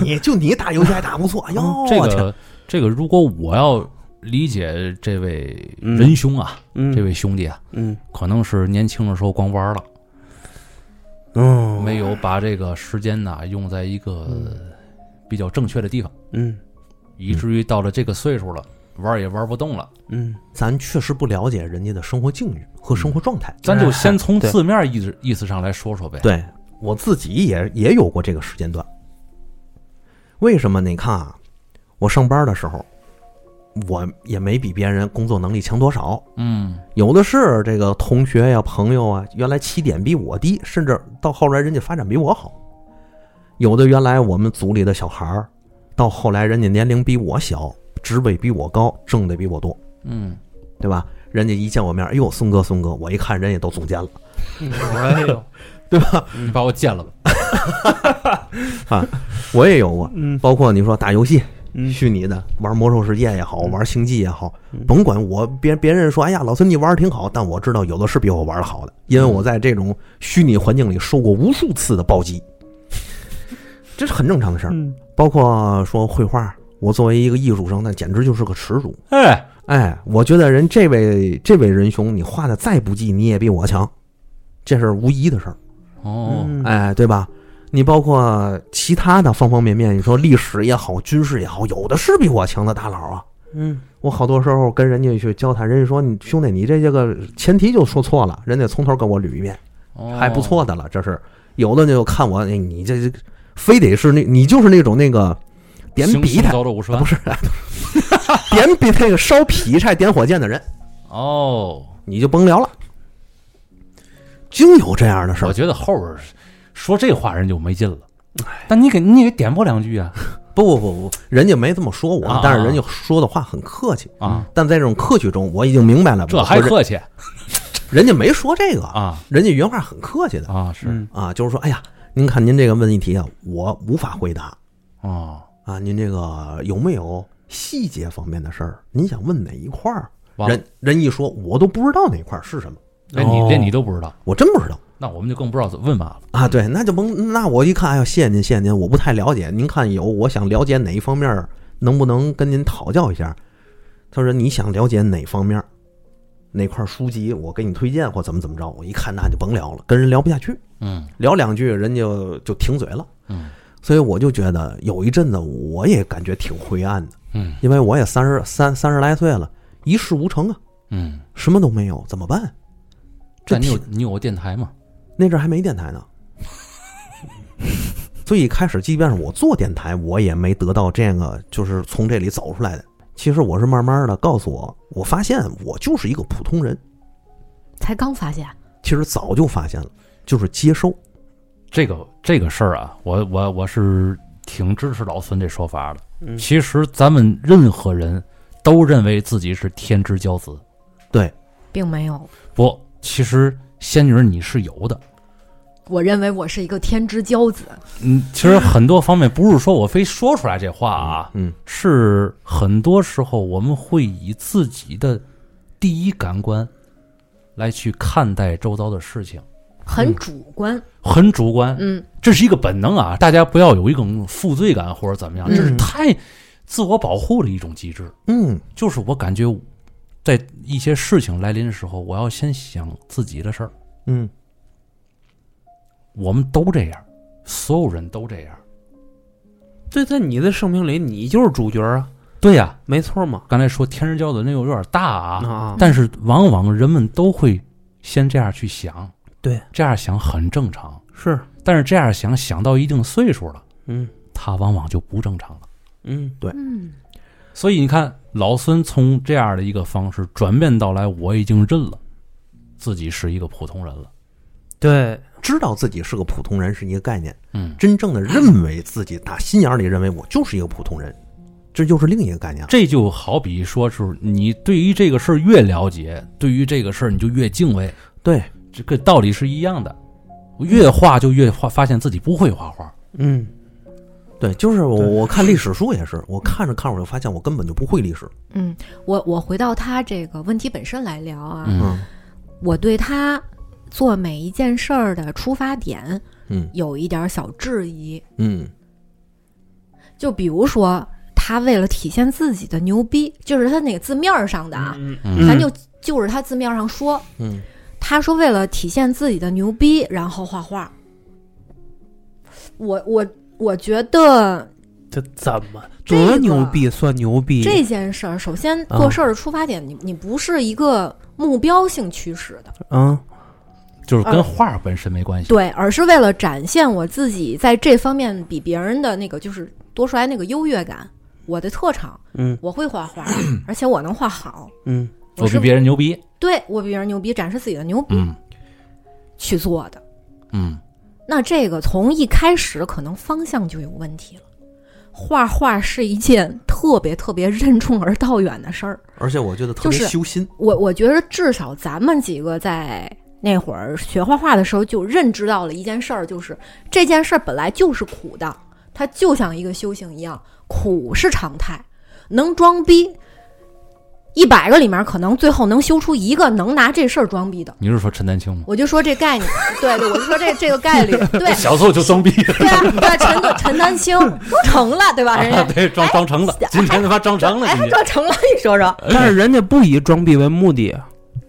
你就你打游戏还打不错，哎呦，
嗯这
我天
个这个，如果我要理解这位仁兄啊，
嗯，
这位兄弟啊，
嗯
可能是年轻的时候光玩了，
嗯
没有把这个时间呐用在一个
嗯
比较正确的地方。
嗯
以至于到了这个岁数了，玩儿也玩儿不动了。
嗯，
咱确实不了解人家的生活境遇和生活状态。
咱就先从
对
字面意思意思上来说说呗。，
哎对我自己也也有过这个时间段。为什么？你看啊，我上班的时候，我也没比别人工作能力强多少，
嗯
有的是这个同学呀、朋友啊，原来起点比我低，甚至到后来人家发展比我好。有的原来我们组里的小孩儿，到后来人家年龄比我小，职位比我高，挣的比我多，
嗯，
对吧？人家一见我面，哎呦，孙哥，孙哥，我一看人家都总监了，
哎呦，
对吧？
你把我见了吧。
我也有过，
嗯
包括你说打游戏，
嗯
虚拟的玩魔兽世界也好，玩星际也好
嗯，
甭管我别别人说，哎呀，老孙你玩的挺好，但我知道有的是比我玩的好的，因
嗯
为我在这种虚拟环境里受过无数次的暴 击，这是很正常的事儿。
嗯，
包括说绘画，我作为一个艺术生，那简直就是个耻辱。
哎，
哎，我觉得人这位这位仁兄，你画的再不济，你也比我强，这是无疑的事儿。
哦，
嗯，
哎，对吧？你包括其他的方方面面，你说历史也好，军事也好，有的是比我强的大佬啊。
嗯
我好多时候跟人家去交谈，人家说你兄弟，你这这个前提就说错了，人家从头跟我捋一遍，
哦
还不。错的了。这是有的就看我，哎你这这非得是那，你就是那种那个点
行
笔
行
的，啊
走了五十万，
不是点笔那个烧劈柴、点火箭的人，
哦。
你就甭聊了。竟有这样的事
我
儿，
觉得后边说这话人就没劲了。
哎
但你给你给点拨两句啊
不不不不，人家没这么说我
啊啊啊，
但是人家说的话很客气。
啊，
但在这种客气中，我已经明白了，
这
嗯我啊
还
人
客气
人家没说这个，
啊
人家原话很客气的
啊是
嗯
啊，就是说，哎呀，您看您这个问题啊，我无法回答
哦，
啊，您这个有没有细节方面的事儿？您想问哪一块儿？
完了
人人一说，我都不知道哪块儿是什么，
连你
哦
连你都不知道，
我真不知道
那我们就更不知道怎么问嘛了。
啊。对，那就甭那我一看，哎呦，谢谢您，谢谢您，我不太了解，您看有我想了解哪一方面儿，能不能跟您讨教一下？他说你想了解哪方面儿？哪块儿书籍我给你推荐或怎么怎么着？我一看那就甭聊了，跟人聊不下去。
嗯
聊两句，人家就就停嘴了。
嗯
所以我就觉得有一阵子我也感觉挺灰暗的，
嗯
因为我也三十三三十来岁了，一事无成啊，
嗯。
什么都没有，怎么办？这
但你有
挺
你有个电台吗？
那阵儿还没电台呢， 所以一开始即便是我做电台，我也没得到这个，就是从这里走出来的。其实我是慢慢的告诉我，我发现我就是一个普通人，
才刚发现，
其实早就发现了，就是接收。
这个这个事儿啊，我我我是挺支持老孙这说法的。
嗯
其实咱们任何人都认为自己是天之骄子，
并没有。
不，其实仙女儿你是有的。
我认为我是一个天之骄子，
嗯，其实很多方面不是说我非说出来这话啊，
嗯，
是很多时候我们会以自己的第一感官来去看待周遭的事情，
很主观。
很主观。
嗯，
这是一个本能啊，大家不要有一种负罪感或者怎么样，
嗯
这是太自我保护的一种机制。
嗯
就是我感觉，在一些事情来临的时候，我要先想自己的事儿。
嗯
我们都这样，所有人都这样。
对，在你的生命里，你就是主角啊，
对呀、
没错嘛。
刚才说天之骄子那个有点大
啊
啊，
啊，
但是往往人们都会先这样去想，
对，
这样想很正常。
是，
但是这样想想到一定岁数了，
嗯
他往往就不正常了。
嗯，
嗯，
所以你看，老孙从这样的一个方式转变到来，我已经认了自己是一个普通人了。
对，
知道自己是个普通人是一个概念，
嗯，
真正的认为自己打心眼里认为我就是一个普通人，这就是另一个概念了。
这就好比说是你对于这个事儿越了解，对于这个事儿你就越敬畏，
对，
这个道理是一样的。越画就越画，发现自己不会画画。
嗯
对，就是我
对
我看历史书也是，我看着看着我就发现我根本就不会历史。
嗯，我我回到他这个问题本身来聊啊，
嗯
嗯
我对他做每一件事儿的出发点
嗯
有一点儿小质疑。
嗯
就比如说，他为了体现自己的牛逼，就是他那个字面儿上的啊，
嗯
嗯
咱就就是他字面儿上说，
嗯，
他说为了体现自己的牛逼，然后画画。我我我觉得
这怎么
这个
多牛逼算牛逼？
这件事儿，首先
啊
做事儿的出发点，你你不是一个目标性驱使的，
嗯
就是跟画本身没关系。
对，而是为了展现我自己在这方面比别人的那个就是多出来那个优越感，我的特长，
嗯
我会画 画，而且我能画好，
嗯
我比
是
别人牛逼。
对我比别人牛逼，展示自己的牛逼
嗯
去做的。
嗯，
那这个从一开始可能方向就有问题了。画画是一件特别特别任重而道远的事儿，
而且我觉得特别
就是
修心。
我我觉得至少咱们几个在那会儿学画画的时候就认知到了一件事儿，就是这件事儿本来就是苦的，它就像一个修行一样，苦是常态，能装逼。一百个里面可能最后能修出一个能拿这事儿装逼的，
你是说陈丹青吗？
我就说这概念，对对，我就说这这个概率，对，
小时候就装逼，
对啊，对啊，陈德陈丹青成了，对吧？人家
啊对，装装成了。今天他妈装成了，今
哎，
天
这成了，你说
哎
说，
但是人家不以装逼为目的，啊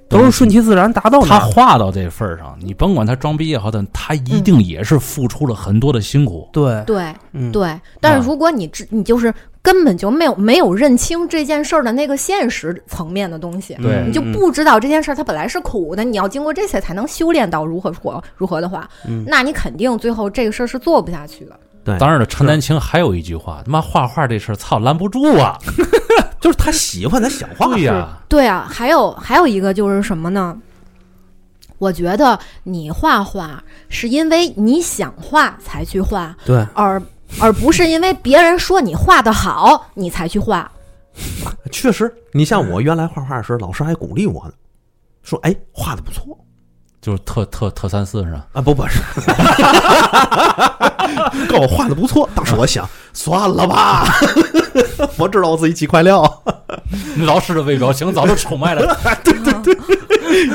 都是顺其自然达到
他
的。
画到这哦份儿上，你甭管他装逼也好，但他一定也是付出了很多的辛苦。
对
对
嗯
对。但是如果你知，你就是根本就没有没有认清这件事儿的那个现实层面的东
嗯
西，
对
你就不知道这件事儿它本来是苦的，你要经过这些才能修炼到如何如何如何的话，
嗯
那你肯定最后这个事儿是做不下去的。
对
当然了，陈丹青还有一句话，他妈画画这事儿，操，拦不住啊！
就是他喜欢他想画
对呀、
对啊，还有还有一个就是什么呢？我觉得你画画是因为你想画才去画，
对，
而而不是因为别人说你画的好你才去画。
确实，你像我原来画画时，老师还鼓励我呢，说：“哎，画的不错
就是特特特三四是吧？
啊！”不不是， 告我画的不错。当时我想， 算了吧， 我知道我自己几块料，
老师的微表情早就出卖 了，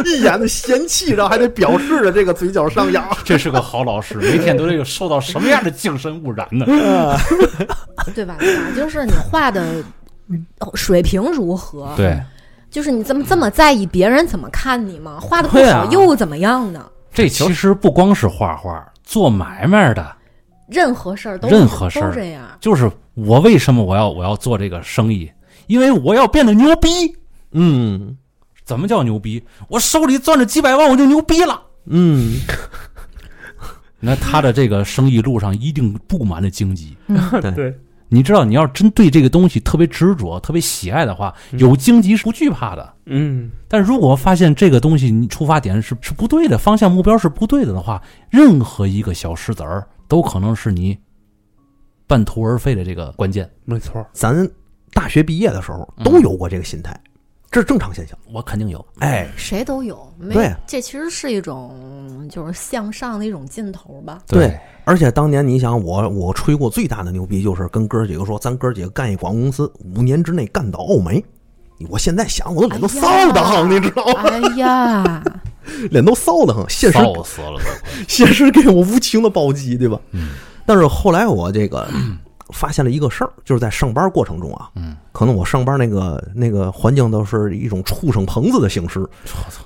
一眼的嫌弃，然后还得表示着这个嘴角上扬。
这是个好老师，每天都得受到什么样的精神污染呢？
对吧？对吧？就是你画的水平如何？，
对，
就是你怎么这么在意别人怎么看你吗？画的不
对
好
啊
又怎么样呢？
这其实不光是画画，做买卖的，
任何事儿都
任何事儿
都这样。
就是我为什么我要我要做这个生意，因为我要变得牛逼。
嗯
怎么叫牛逼？我手里攥着几百万，我就牛逼了。
嗯，
那他的这个生意路上一定布满了荆棘。
对，
你知道，你要真对这个东西特别执着、特别喜爱的话，有荆棘是不惧怕的。
嗯，
但如果发现这个东西你出发点是是不对的，方向目标是不对的的话，任何一个小石子儿都可能是你半途而废的这个关键。
没错，
咱大学毕业的时候都有过这个心态，这是正常现象。
我肯定有，
哎，
谁都有，没
对
这其实是一种就是向上的一种劲头吧。
对，而且当年你想我，我吹过最大的牛逼就是跟哥儿几个说，咱哥儿几个干一广告公司，五年之内干倒欧美。我现在想，我的脸都臊的慌，
哎呀
你知道吗？
哎呀，
脸都臊得很，现实
臊死了都。
现实给我无情的暴击，对吧？
嗯。
但是后来我这个发现了一个事儿，就是在上班过程中啊，
嗯，
可能我上班那个那个环境都是一种畜生棚子的形式，
我操，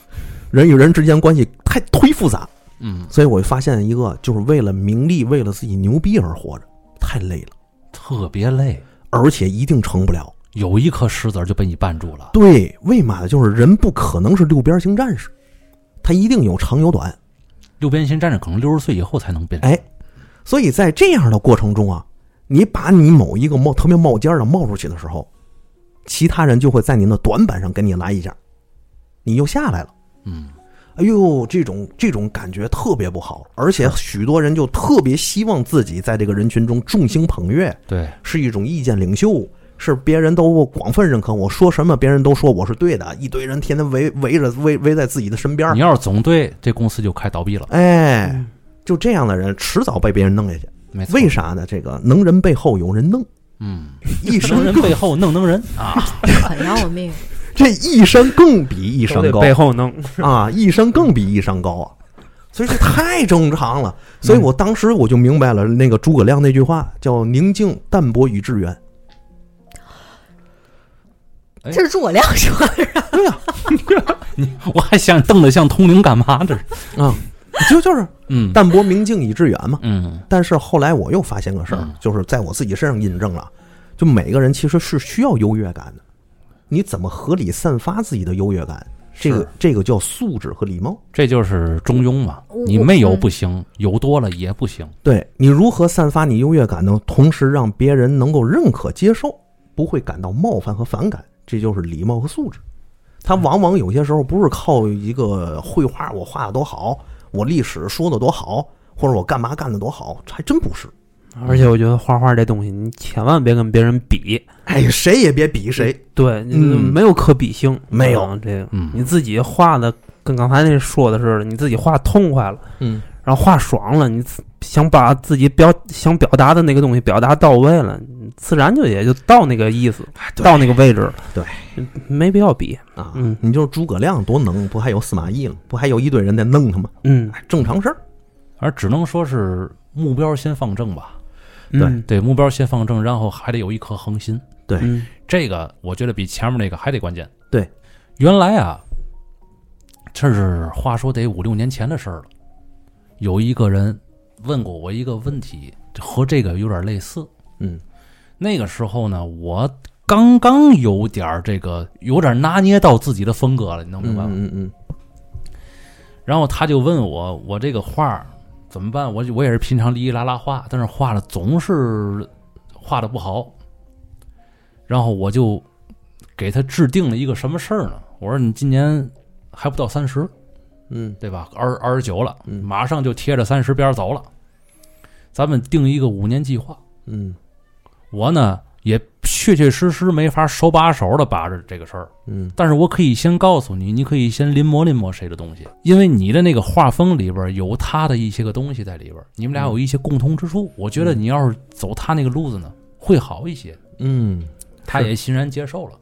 人与人之间关系太忒复杂，
嗯，
所以我就发现一个，就是为了名利，为了自己牛逼而活着，太累了，
特别累，
而且一定成不了。
有一颗石子儿就被你绊住了。
对，为嘛呢？就是人不可能是六边形战士，他一定有长有短。
六边形战士可能六十岁以后才能变。
哎，所以在这样的过程中啊，你把你某一个冒特别冒尖儿的冒出去的时候，其他人就会在您的短板上给你来一下，你又下来了。
嗯，
哎呦，这种这种感觉特别不好，而且许多人就特别希望自己在这个人群中众星捧月，
对，
是一种意见领袖，是别人都广泛认可我，说什么别人都说我是对的，一堆人天天围围着围围在自己的身边儿
你，要是总对，这公司就快倒闭了。
哎，就这样的人迟早被别人弄下去。
没错，
为啥呢？这个能人背后有人弄，
嗯，
一
能
山
人
更
背后弄能人 啊，
很要命。
这一山更比一
都
山
得
高
背后弄，
啊，一山更比一山高啊，所以这太正常了。
嗯
所以我当时我就明白了那个诸葛亮那句话，叫“宁静淡泊以致远
哎
这是诸葛亮说的，”。
我还想瞪得像通灵干嘛这是？
啊，就就是
嗯
淡泊明镜以致远嘛。
嗯，
但是后来我又发现个事儿
嗯，
就是在我自己身上印证了，就每个人其实是需要优越感的。你怎么合理散发自己的优越感？这个
是
这个叫素质和礼貌。
这就是中庸嘛
我，
你没有不行，有多了也不行。
对你如何散发你优越感呢？同时让别人能够认可、接受，不会感到冒犯和反感，这就是礼貌和素质。他往往有些时候不是靠一个绘画我画的多好，我历史说的多好，或者我干嘛干的多好，还真不是。
而且我觉得画画这东西，你千万别跟别人比，
哎呀，谁也别比谁。
对，
嗯
没有可比性，
没有
啊这个，
嗯
你自己画的跟刚才那说的似的，你自己画痛快了，
嗯，
然后画爽了，你自想把自己表想表达的那个东西表达到位了，你自然就也就到那个意思，
哎对
到那个位置了，嗯
对，
没必要比，
啊，
嗯
你就是诸葛亮多能，不还有司马懿了，不还有一堆人在弄他吗？
嗯，
哎，正常事儿。
而只能说是目标先放正吧，
对
嗯，
对，目标先放正，然后还得有一颗恒心。
对
嗯
这个我觉得比前面那个还得关键。
对，
原来啊，这是话说得五六年前的事儿了。有一个人问过我一个问题，和这个有点类似。
嗯，
那个时候呢，我刚刚有点儿这个，有点拿捏到自己的风格了，你能明白吗？
嗯嗯
然后他就问我，我这个画儿怎么办？我就我也是平常哩哩啦啦画，但是画的总是画的不好。然后我就给他制定了一个什么事儿呢？我说你今年还不到三十，
嗯
对吧？二二十九了，
嗯
马上就贴着三十边儿走了。咱们定一个五年计划。
嗯
我呢也确确实实没法手把手的把着这个事儿，
嗯
但是我可以先告诉你，你可以先临摹临摹谁的东西，因为你的那个画风里边有他的一些个东西在里边，你们俩有一些共同之处。我觉得你要是走他那个路子呢，会好一些。
嗯
他也欣然接受了。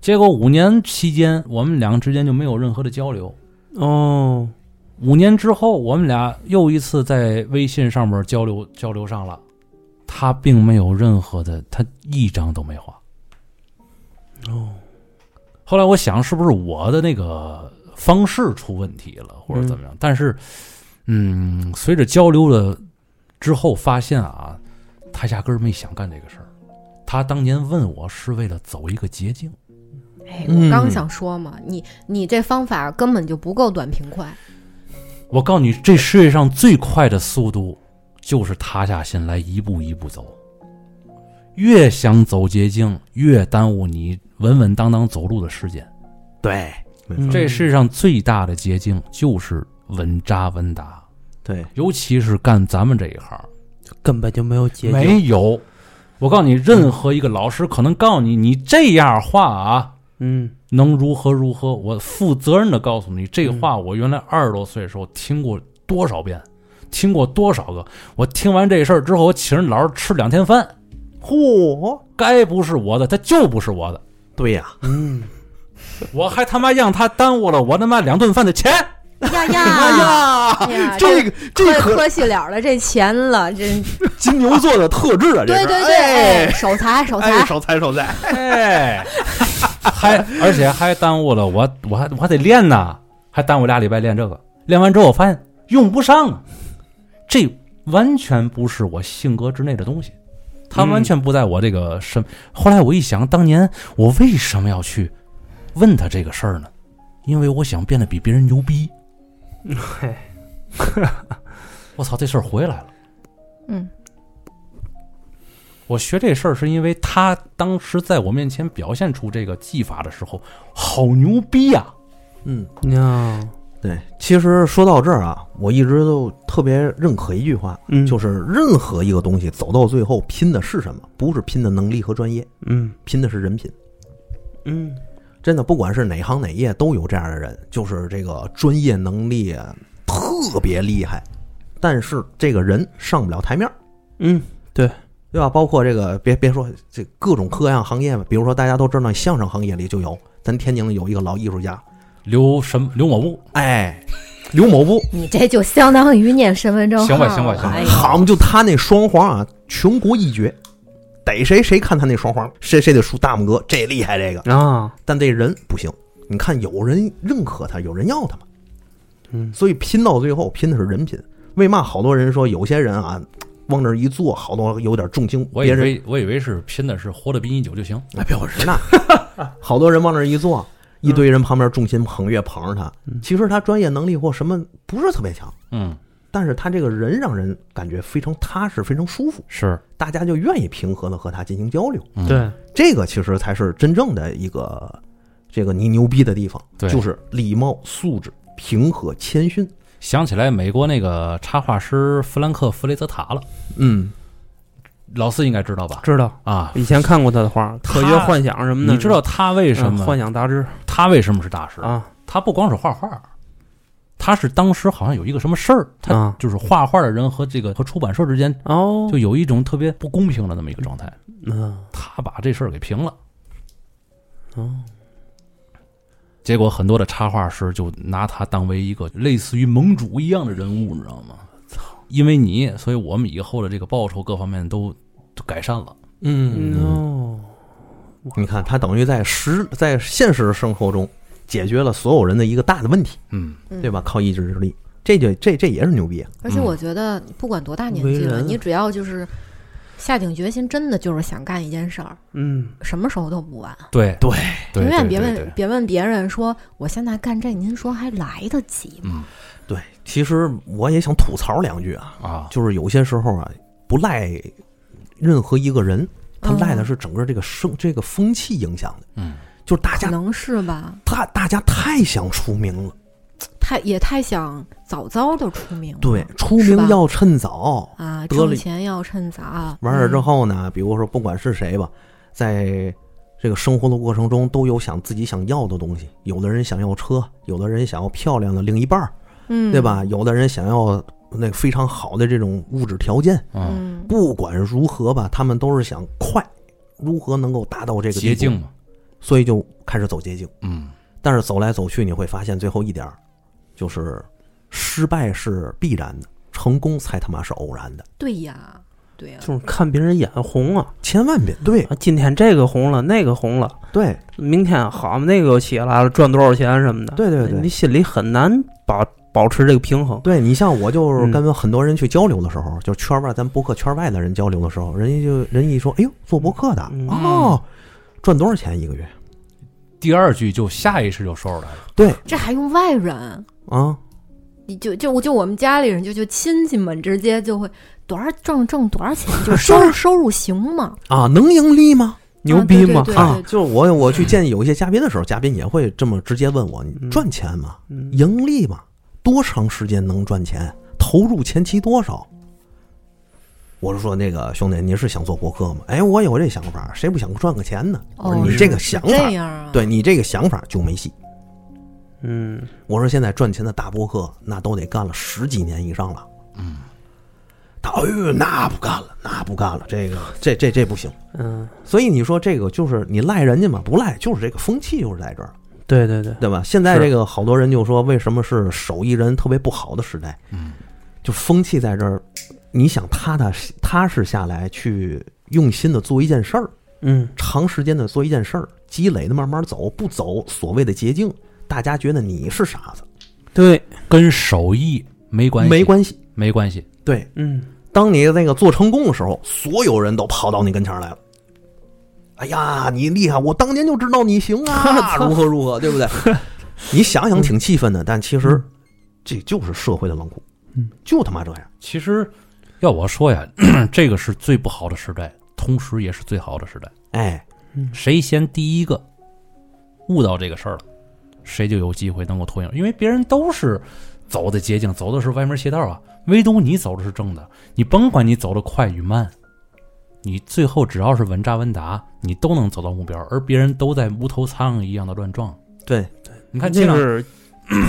结果五年期间，我们两个之间就没有任何的交流。
哦，
五年之后，我们俩又一次在微信上面交流交流上了，他并没有任何的，他一张都没画。
哦，
后来我想，是不是我的那个方式出问题了，或者怎么样？但是，嗯，随着交流了之后，发现啊，他压根儿没想干这个事儿。他当年问我是为了走一个捷径，
哎，我
嗯
刚想说嘛，你你这方法根本就不够短平 快。
我告诉你，这世界上最快的速度就是塌下心来，一步一步走。越想走捷径，越耽误你稳稳当当走路的时间。
对，没
嗯
错，
这世上最大的捷径就是稳扎稳打，
对，
尤其是干咱们这一行，
嗯根本就没有捷径，
没有。我告诉你，任何一个老师可能告诉你，你这样画啊，
嗯
能如何如何？我负责任的告诉你，这话我原来二十多岁的时候听过多少遍，听过多少个。我听完这事儿之后，我请人老师吃两天饭，
嚯，
该不是我的，他就不是我的。
对呀、
嗯，
我还他妈让他耽误了我他妈两顿饭的钱。
呀
哎
呀，
呀，
哎呀，
这个这
磕
可
磕细了了，这钱了，这
金牛座的特质啊，这
对
是
对对，
哎
哎，守财 守财
哎，，守财守财，
哎，还而且还耽误了我，我还我还得练呢，还耽误俩礼拜练这个。练完之后我发现用不上啊，这完全不是我性格之内的东西，它
嗯
完全不在我这个身。后来我一想，当年我为什么要去问他这个事儿呢？因为我想变得比别人牛逼。
嘿，
我操，这事儿回来了。
嗯，
我学这事儿是因为他当时在我面前表现出这个技法的时候，好牛逼啊呀、
嗯。
呀，
对，其实说到这儿啊，我一直都特别认可一句话，
嗯，
就是任何一个东西走到最后，拼的是什么？不是拼的能力和专业，
嗯
拼的是人品。
嗯
真的，不管是哪行哪业，都有这样的人，就是这个专业能力特别厉害，但是这个人上不了台面儿，
嗯，
对吧？包括这个，别别说这各种各样行业吧，比如说大家都知道相声行业里就有，咱天津有一个老艺术家，
刘什么刘某物，
哎，刘某不，
你这就相当于念身份证
行吧
号
行吧
了
行吧
哎呀
好嘛，就他那双簧啊，全国一绝，逮谁谁看他那双簧，谁谁得输大拇哥，这厉害这个。
啊，
但这人不行，你看有人认可他，有人要他嘛，
嗯
所以拼到最后拼的是人品。为嘛好多人说有些人啊，往那儿一坐，好多有点重情
我以
别人，
为我以为是拼的是活得比你久就行。
哎，别我人呢，好多人往那儿一坐，一堆人旁边众星捧月捧着他，
嗯
其实他专业能力或什么不是特别强，
嗯，
但是他这个人让人感觉非常踏实，非常舒服。
是，
大家就愿意平和的和他进行交流。
嗯、
对，
这个其实才是真正的一个这个你牛逼的地方，
对
就是礼貌、素质、平和、谦逊。
想起来美国那个插画师弗兰克·弗雷泽塔了，
嗯，
老四应该知道吧？
知道，
啊，
以前看过他的画，特约幻想什么的，
你知道他为
为
什么、
幻想杂志
他为什么是大师？
嗯啊
他不光是画画，他是当时好像有一个什么事儿，他
啊
就是画画的人和这个和出版社之间
哦
就，有一种特别不公平的那么一个状态，
嗯
他把这事儿给平了。
哦，
结果很多的插画师就拿他当为一个类似于盟主一样的人物，你知道吗？操！因为你，所以我们以后的这个报酬各方面都都改善了。
嗯哦，
你看他等于在实在现实生活中解决了所有人的一个大的问题，
嗯，
对吧？靠意志力，这就这这也是牛逼啊。
而且我觉得不管多大年纪
为
了，
人
你只要就是下定决心，真的就是想干一件事儿，
嗯
什么时候都不晚。
对
对
对，
永远别
对
问
对对
别问别人说我现在干这，您说还来得及吗？
嗯
对，其实我也想吐槽两句啊，
啊，
就是有些时候啊，不赖任何一个
嗯
人，他赖的是整个这个生这个风气影响的，
嗯，
就是大
可
家
能是吧，
大大家太想出名了。
太也太想早早的出名了。
对，出
嗯是
名
吧
要趁早。
啊，
得了
挣钱要趁早。
完事儿之
嗯
后呢，比如说不管是谁吧，在这个生活的过程中，都有想自己想要的东西。有的人想要车，有的人想要漂亮的另一半儿，
嗯，
对吧？？有的人想要那非常好的这种物质条件。
嗯，
嗯，
不管如何吧，他们都是想快，如何能够达到这个地
捷
步
径，嘛，
所以就开始走捷径。
嗯，
但是走来走去，你会发现最后一点儿，就是失败是必然的，成功才他妈是偶然的。
对呀，对呀，
就是看别人眼红啊，
千万别对
啊今天这个红了，那个红了。
对
明天好嘛，那个又起来了，赚多少钱什么的，
对对对
你心里很难保保持这个平衡。
对，你像我就是
嗯
跟很多人去交流的时候，就圈外咱博客圈外的人交流的时候，人家就人家一说，哎呦，做博客的、
嗯
哦，赚多少钱一个月
第二句就下意识就说出来了，
这还用外人？
啊？
你就就就我们家里人就就亲戚们直接就会多少挣挣多少钱，就 收收入行吗？
啊，能盈利吗？
牛逼吗？
对
啊，就我我去见有一些嘉宾的时候，嘉宾也会这么直接问我，你
嗯
赚钱吗？
嗯
盈利吗？多长时间能赚钱？投入前期多少？我是说，那个兄弟，您是想做博客吗？哎，我有这想法，谁不想赚个钱呢？我
哦
说你这个想
这
法，
样啊？
对你这个想法就没戏。
嗯
我说现在赚钱的大播客，那都得干了十几年以上了。
嗯，
他哎呦，那不干了，那不干了，这个这这这不行。
嗯
所以你说这个就是你赖人家嘛？不赖，就是这个风气就是在这儿。
对对对，
对吧？现在
是
这个好多人就说，为什么是手艺人特别不好的时代？
嗯，
就风气在这儿，你想踏踏实踏实下来，去用心的做一件事儿，
嗯，
长时间的做一件事儿，积累的慢慢走，不走所谓的捷径，大家觉得你是傻子，
对，
跟手艺没关系，
没关系。
没关系。
对，
嗯，
当你那个做成功的时候，所有人都跑到你跟前儿来了。哎呀，你厉害！我当年就知道你行 啊，如何如何，对不对？你想想挺气愤的，但其实
嗯
这就是社会的冷酷
嗯，
就他妈这样。
其实要我说呀， 这个是最不好的时代，同时也是最好的时代。
哎，
谁先第一个悟到这个事儿了，谁就有机会能够脱颖，因为别人都是走的捷径，走的是歪门邪道啊，唯独你走的是正的。你甭管你走的快与慢，你最后只要是稳扎稳打，你都能走到目标，而别人都在无头苍蝇一样的乱撞。
对，
你看前
这
两
是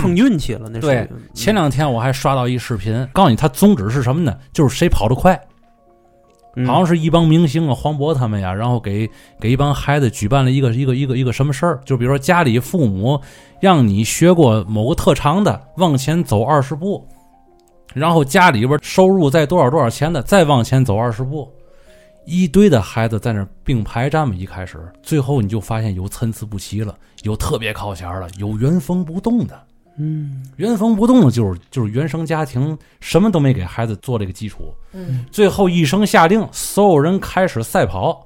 碰运气了，那是
对
嗯
前两天我还刷到一视频，告诉你它宗旨是什么呢？就是谁跑得快，
嗯
好像是一帮明星啊，黄渤他们呀，然后给给一帮孩子举办了一个一个一个一个什么事儿，就比如说家里父母让你学过某个特长的，往前走二十步，然后家里边收入在多少多少钱的，再往前走二十步，一堆的孩子在那儿并排站嘛，一开始，最后你就发现有参差不齐了，有特别靠前儿了，有原封不动的，
嗯
原封不动的就是就是原生家庭什么都没给孩子做这个基础，
嗯，
最后一声下令，所有人开始赛跑。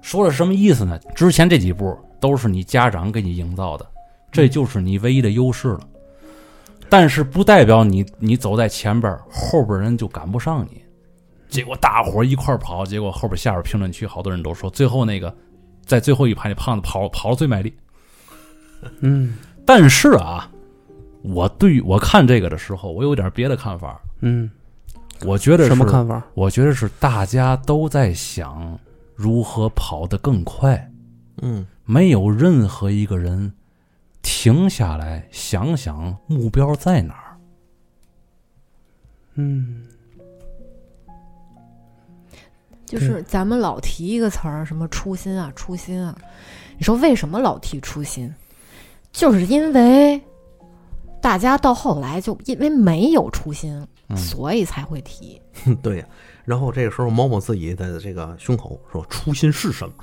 说了什么意思呢？之前这几步都是你家长给你营造的，这就是你唯一的优势了。但是不代表你你走在前边儿，后边人就赶不上你。结果大伙儿一块儿跑，结果后边下边评论区好多人都说，最后那个在最后一排那胖子跑跑的最卖力。
嗯
但是啊，我对于我看这个的时候，我有点别的看法。
嗯，
我觉得是
什么看法？
我觉得是大家都在想如何跑得更快，
嗯，
没有任何一个人停下来想想目标在哪儿。
嗯
嗯
就是咱们老提一个词儿，什么初心啊，初心啊。你说为什么老提初心？就是因为大家到后来就因为没有初心，
嗯
所以才会提。
对呀。然后这个时候，摸摸自己的这个胸口，说：“初心是什么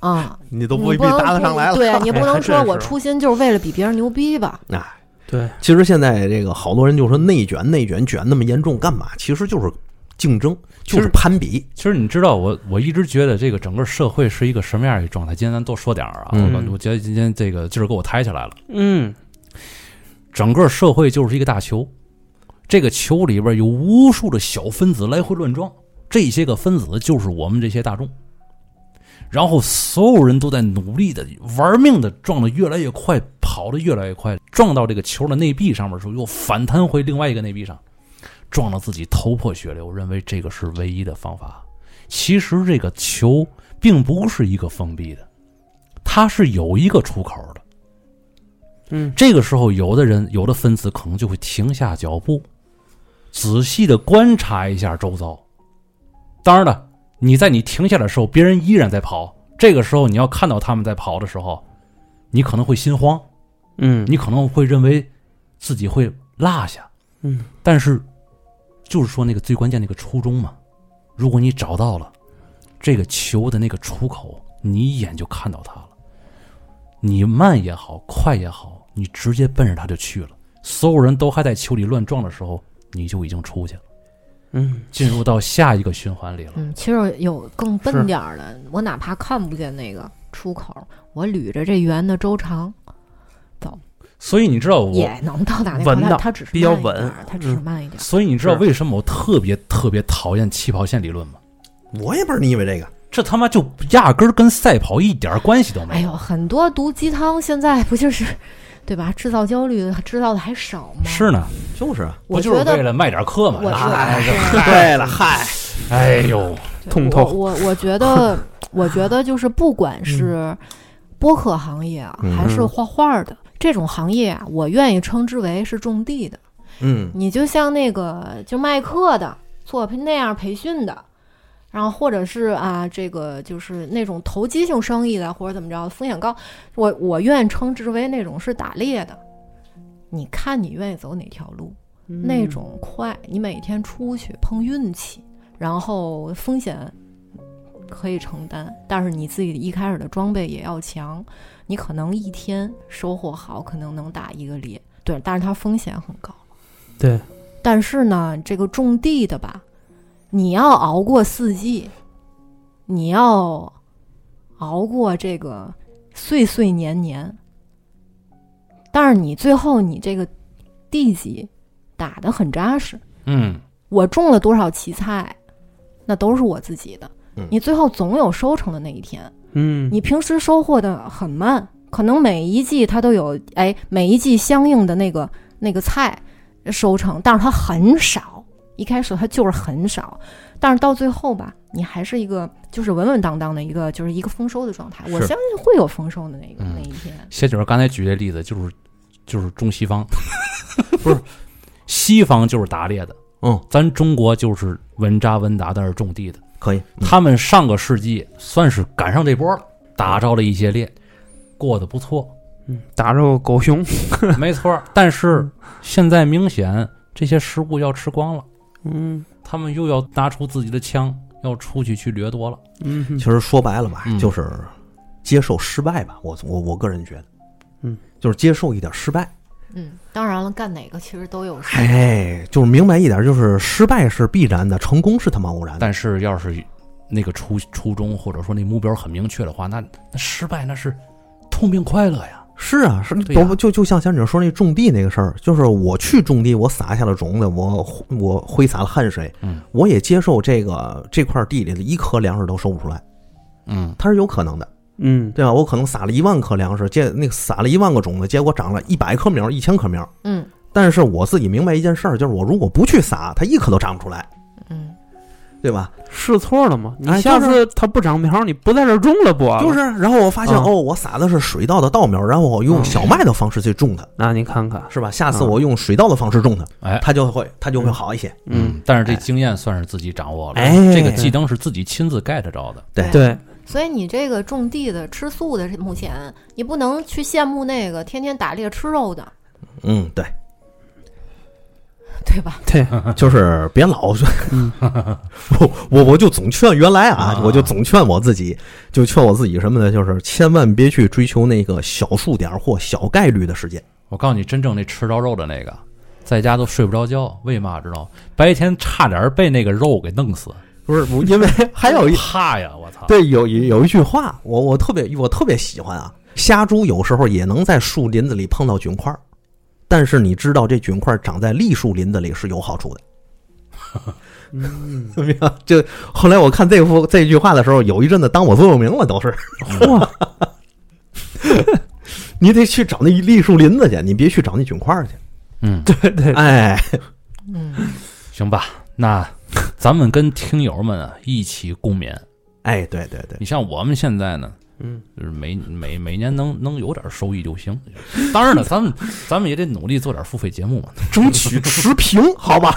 啊、？”
你都
你
未必
不能
答得上来了。
对你不
哎还
能
真
说我
是
初心就是为了比别人牛逼吧？
哎，
对，
其实现在这个好多人就说内卷，内卷卷那么严重干嘛？其实就是竞争，
其实
就是攀比。
其实你知道我，我一直觉得这个整个社会是一个什么样一个状态？今天咱多说点儿啊，
嗯
我我觉得今天这个劲儿给我抬起来了。
嗯
整个社会就是一个大球，这个球里边有无数的小分子来回乱撞，这些个分子就是我们这些大众。然后所有人都在努力的、玩命的撞得越来越快，跑得越来越快，撞到这个球的内壁上面的时候，又反弹回另外一个内壁上，撞到自己头破血流，认为这个是唯一的方法。其实这个球并不是一个封闭的，它是有一个出口的。
嗯
这个时候，有的人有的分子可能就会停下脚步，仔细的观察一下周遭。当然了，你在你停下的时候，别人依然在跑。这个时候，你要看到他们在跑的时候，你可能会心慌，
嗯，
你可能会认为自己会落下。
嗯，
但是就是说那个最关键那个初衷嘛，如果你找到了这个球的那个出口，你一眼就看到它了，你慢也好，快也好，你直接奔着它就去了。所有人都还在球里乱撞的时候，你就已经出去了，
嗯
进入到下一个循环里了。
嗯，其实有更
是
笨点儿的，我哪怕看不见那个出口，我捋着这圆的周长
所以你知道我，
也能到达那块
稳
儿，
当
它它只是
比较
慢一
稳
点儿，它只是
嗯
慢一点儿。
所以你知道
是
为什么我特别特别讨厌起跑线理论吗？
我也不知道你以为这个，
这他妈就压根儿跟赛跑一点儿关系都没有。
哎呦，很多毒鸡汤现在不就是，对吧？制造焦虑，制造的还少吗？
是呢，
就是啊。
不
我
就
觉
是
得
为了卖点课嘛？
我
啊
哎是
对了，嗨，
哎呦，
对
通透
我我我 觉得，我觉得就是不管
嗯
是播客行业啊，还是
嗯
画画的这种行业啊，我愿意称之为是种地的。
嗯，
你就像那个就卖课的，做那样培训的，然后或者是啊，这个就是那种投机性生意的，或者怎么着，风险高，我我愿称之为那种是打猎的。你看你愿意走哪条路？那种快，你每天出去碰运气，然后风险可以承担，但是你自己一开始的装备也要强。你可能一天收获好，可能能打一个猎，对，但是它风险很高。
对，
但是呢，这个种地的吧，你要熬过四季，你要熬过这个岁岁年年，但是你最后你这个地基打得很扎实。
嗯，
我种了多少奇菜，那都是我自己的
嗯。
你最后总有收成的那一天。
嗯，
你平时收获的很慢，可能每一季它都有，哎，每一季相应的那个那个菜收成，但是它很少。一开始它就是很少，但是到最后吧，你还是一个就是稳稳当当的一个就是一个丰收的状态。
是
我相信会有丰收的那个、
嗯
那一天。
谢姐刚才举这例子，就是就是中西 方，不是西方就是打猎的，
嗯，
咱中国就是稳扎稳打在那儿种地的。
可以。嗯
他们上个世纪算是赶上这波了，打着了一些猎，过得不 错，
嗯打着狗熊，
没错儿。但是现在明显这些食物要吃光了，
嗯
他们又要拿出自己的枪，要出去去掠夺了。
嗯哼，
其实说白了吧，
嗯
就是接受失败吧。我我我个人觉得，
嗯，
就是接受一点失败。
嗯，当然了，干哪个其实都有事。
哎，就是明白一点，就是失败是必然的，成功是他妈偶然的。
但是要是那个初初衷或者说那目标很明确的话，那那失败那是痛并快乐呀。
是啊，是
对呀
不就就像小女说那种地那个事儿，就是我去种地，我撒下了种子，我我挥洒了汗水，
嗯
我也接受这个这块地里的一颗粮食都收不出来，
嗯，
它是有可能的，
嗯
对吧？我可能撒了一万颗粮食，结那个撒了一万个种子，结果长了一百棵苗，一千棵苗。
嗯
但是我自己明白一件事儿，就是我如果不去撒，它一颗都长不出来，
嗯，
对吧？
试错了嘛？你
哎
下
就是
次它不长苗，你不在这儿种了不啊完了？
就是，然后我发现、
嗯
哦，我撒的是水稻的稻苗，然后我用
嗯
小麦的方式去种它，
那你看看，
是吧？下次
嗯
我用水稻的方式种它，
哎
它就会它就会好一些。
嗯，，
但是这经验算是自己掌握了，
哎
这个技能是自己亲自 get 着的。
对
对，
所以你这个种地的、吃素的，目前你不能去羡慕那个天天打猎吃肉的，
嗯，对，
对 吧？
就是别老，
嗯
我我我就总劝原来啊
啊，
我就总劝我自己，就劝我自己什么呢？就是千万别去追求那个小数点或小概率的事件。
我告诉你，真正那吃着肉的那个，在家都睡不着觉，为嘛知道吗？白天差点被那个肉给弄死，
不是，因为还有一
怕呀！我操，
对有有有一句话，我我特别我特别喜欢啊，瞎猪有时候也能在树林子里碰到菌块儿，但是你知道这菌块儿长在栗树林子里是有好处的。
嗯，
怎么样？就后来我看这幅这句话的时候，有一阵子当我座右铭了，都是。
嚯，
你得去找那一栗树林子去，你别去找那菌块儿去。
嗯，
对对，
哎，
嗯。
行吧，那咱们跟听友们啊一起共勉。
哎，对对 对，
你像我们现在呢，
嗯，
就是每每每年能能有点收益就行。当然了，咱们咱们也得努力做点付费节目嘛。
争取持平， 好吧？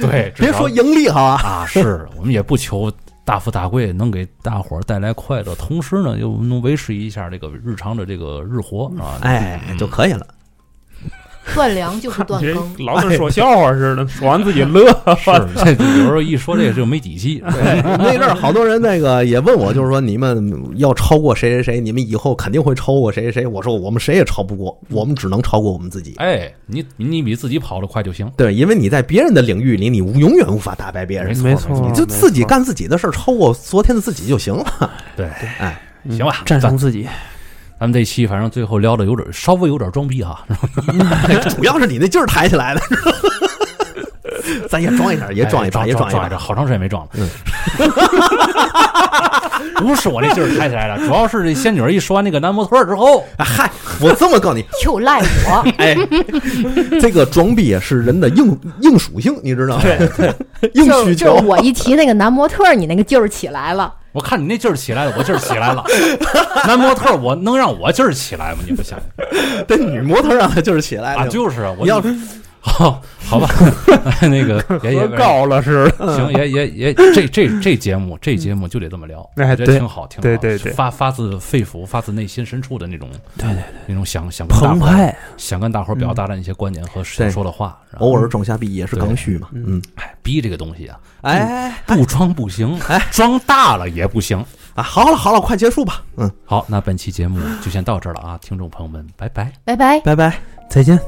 对，
别说盈利，好吧？
啊，是我们也不求大富大贵，能给大伙儿带来快乐，同时呢又能维持一下这个日常的这个日活啊。
哎，就可以了。
断粮就是断
这
更，
老跟说笑话似的，说完自己 乐。
是，这有时候一说这个就没底气。
对， 那阵儿好多人那个也问我，就是说你们要超过谁谁谁，你们以后肯定会超过谁谁谁。我说我们谁也超不过，我们只能超过我们自己。
哎，你你比自己跑得快就行。
对，因为你在别人的领域里，你无永远无法打败别人，
没错
你就自己
没错
干自己的事儿，超过昨天的自己就行了。
对，
哎，
行吧
嗯战
咱
胜自己。
咱们这期反正最后聊的有点稍微有点装逼哈，
主要是你那劲儿抬起来了， 咱也装一点，也
哎
装一
装
把，也
装
装一把
一。好长时间没装了。
嗯
不是我那劲儿抬起来了，主要是这仙女儿一说完那个男模特儿之 后，
啊嗨，我这么告诉你，
又赖我。
哎，这个装逼也是人的硬硬属性，你知道吗？硬
就
需
就
求
是。我一提那个男模特儿，你那个劲儿起来了。
我看你那劲儿起来了，我劲儿起来了。男模特儿我 能让我劲儿起来吗？你不想
这女模特让她就是起来
啊？
了，
就是啊，我
你要
好，好 吧，哎那个也也
喝高了似的。
行，也也也，这这这节目这节目就得这么聊，
哎
我觉得
对
挺好，挺好，
对对对
发发自肺腑、发自内心深处的那种，
对对
对，那种想想跟大
澎
伙儿
湃，
想跟大伙儿表达的一些观点和想
对
说的话，然后
偶尔整下币也是刚需嘛。
嗯
嗯，
哎，逼这个东西啊，
哎
不装不行，
哎
装大了也不行。
啊，好了好了，快结束吧。嗯，
好，那本期节目就先到这儿了啊，听众朋友们，拜拜。
拜拜。
拜拜。
再见。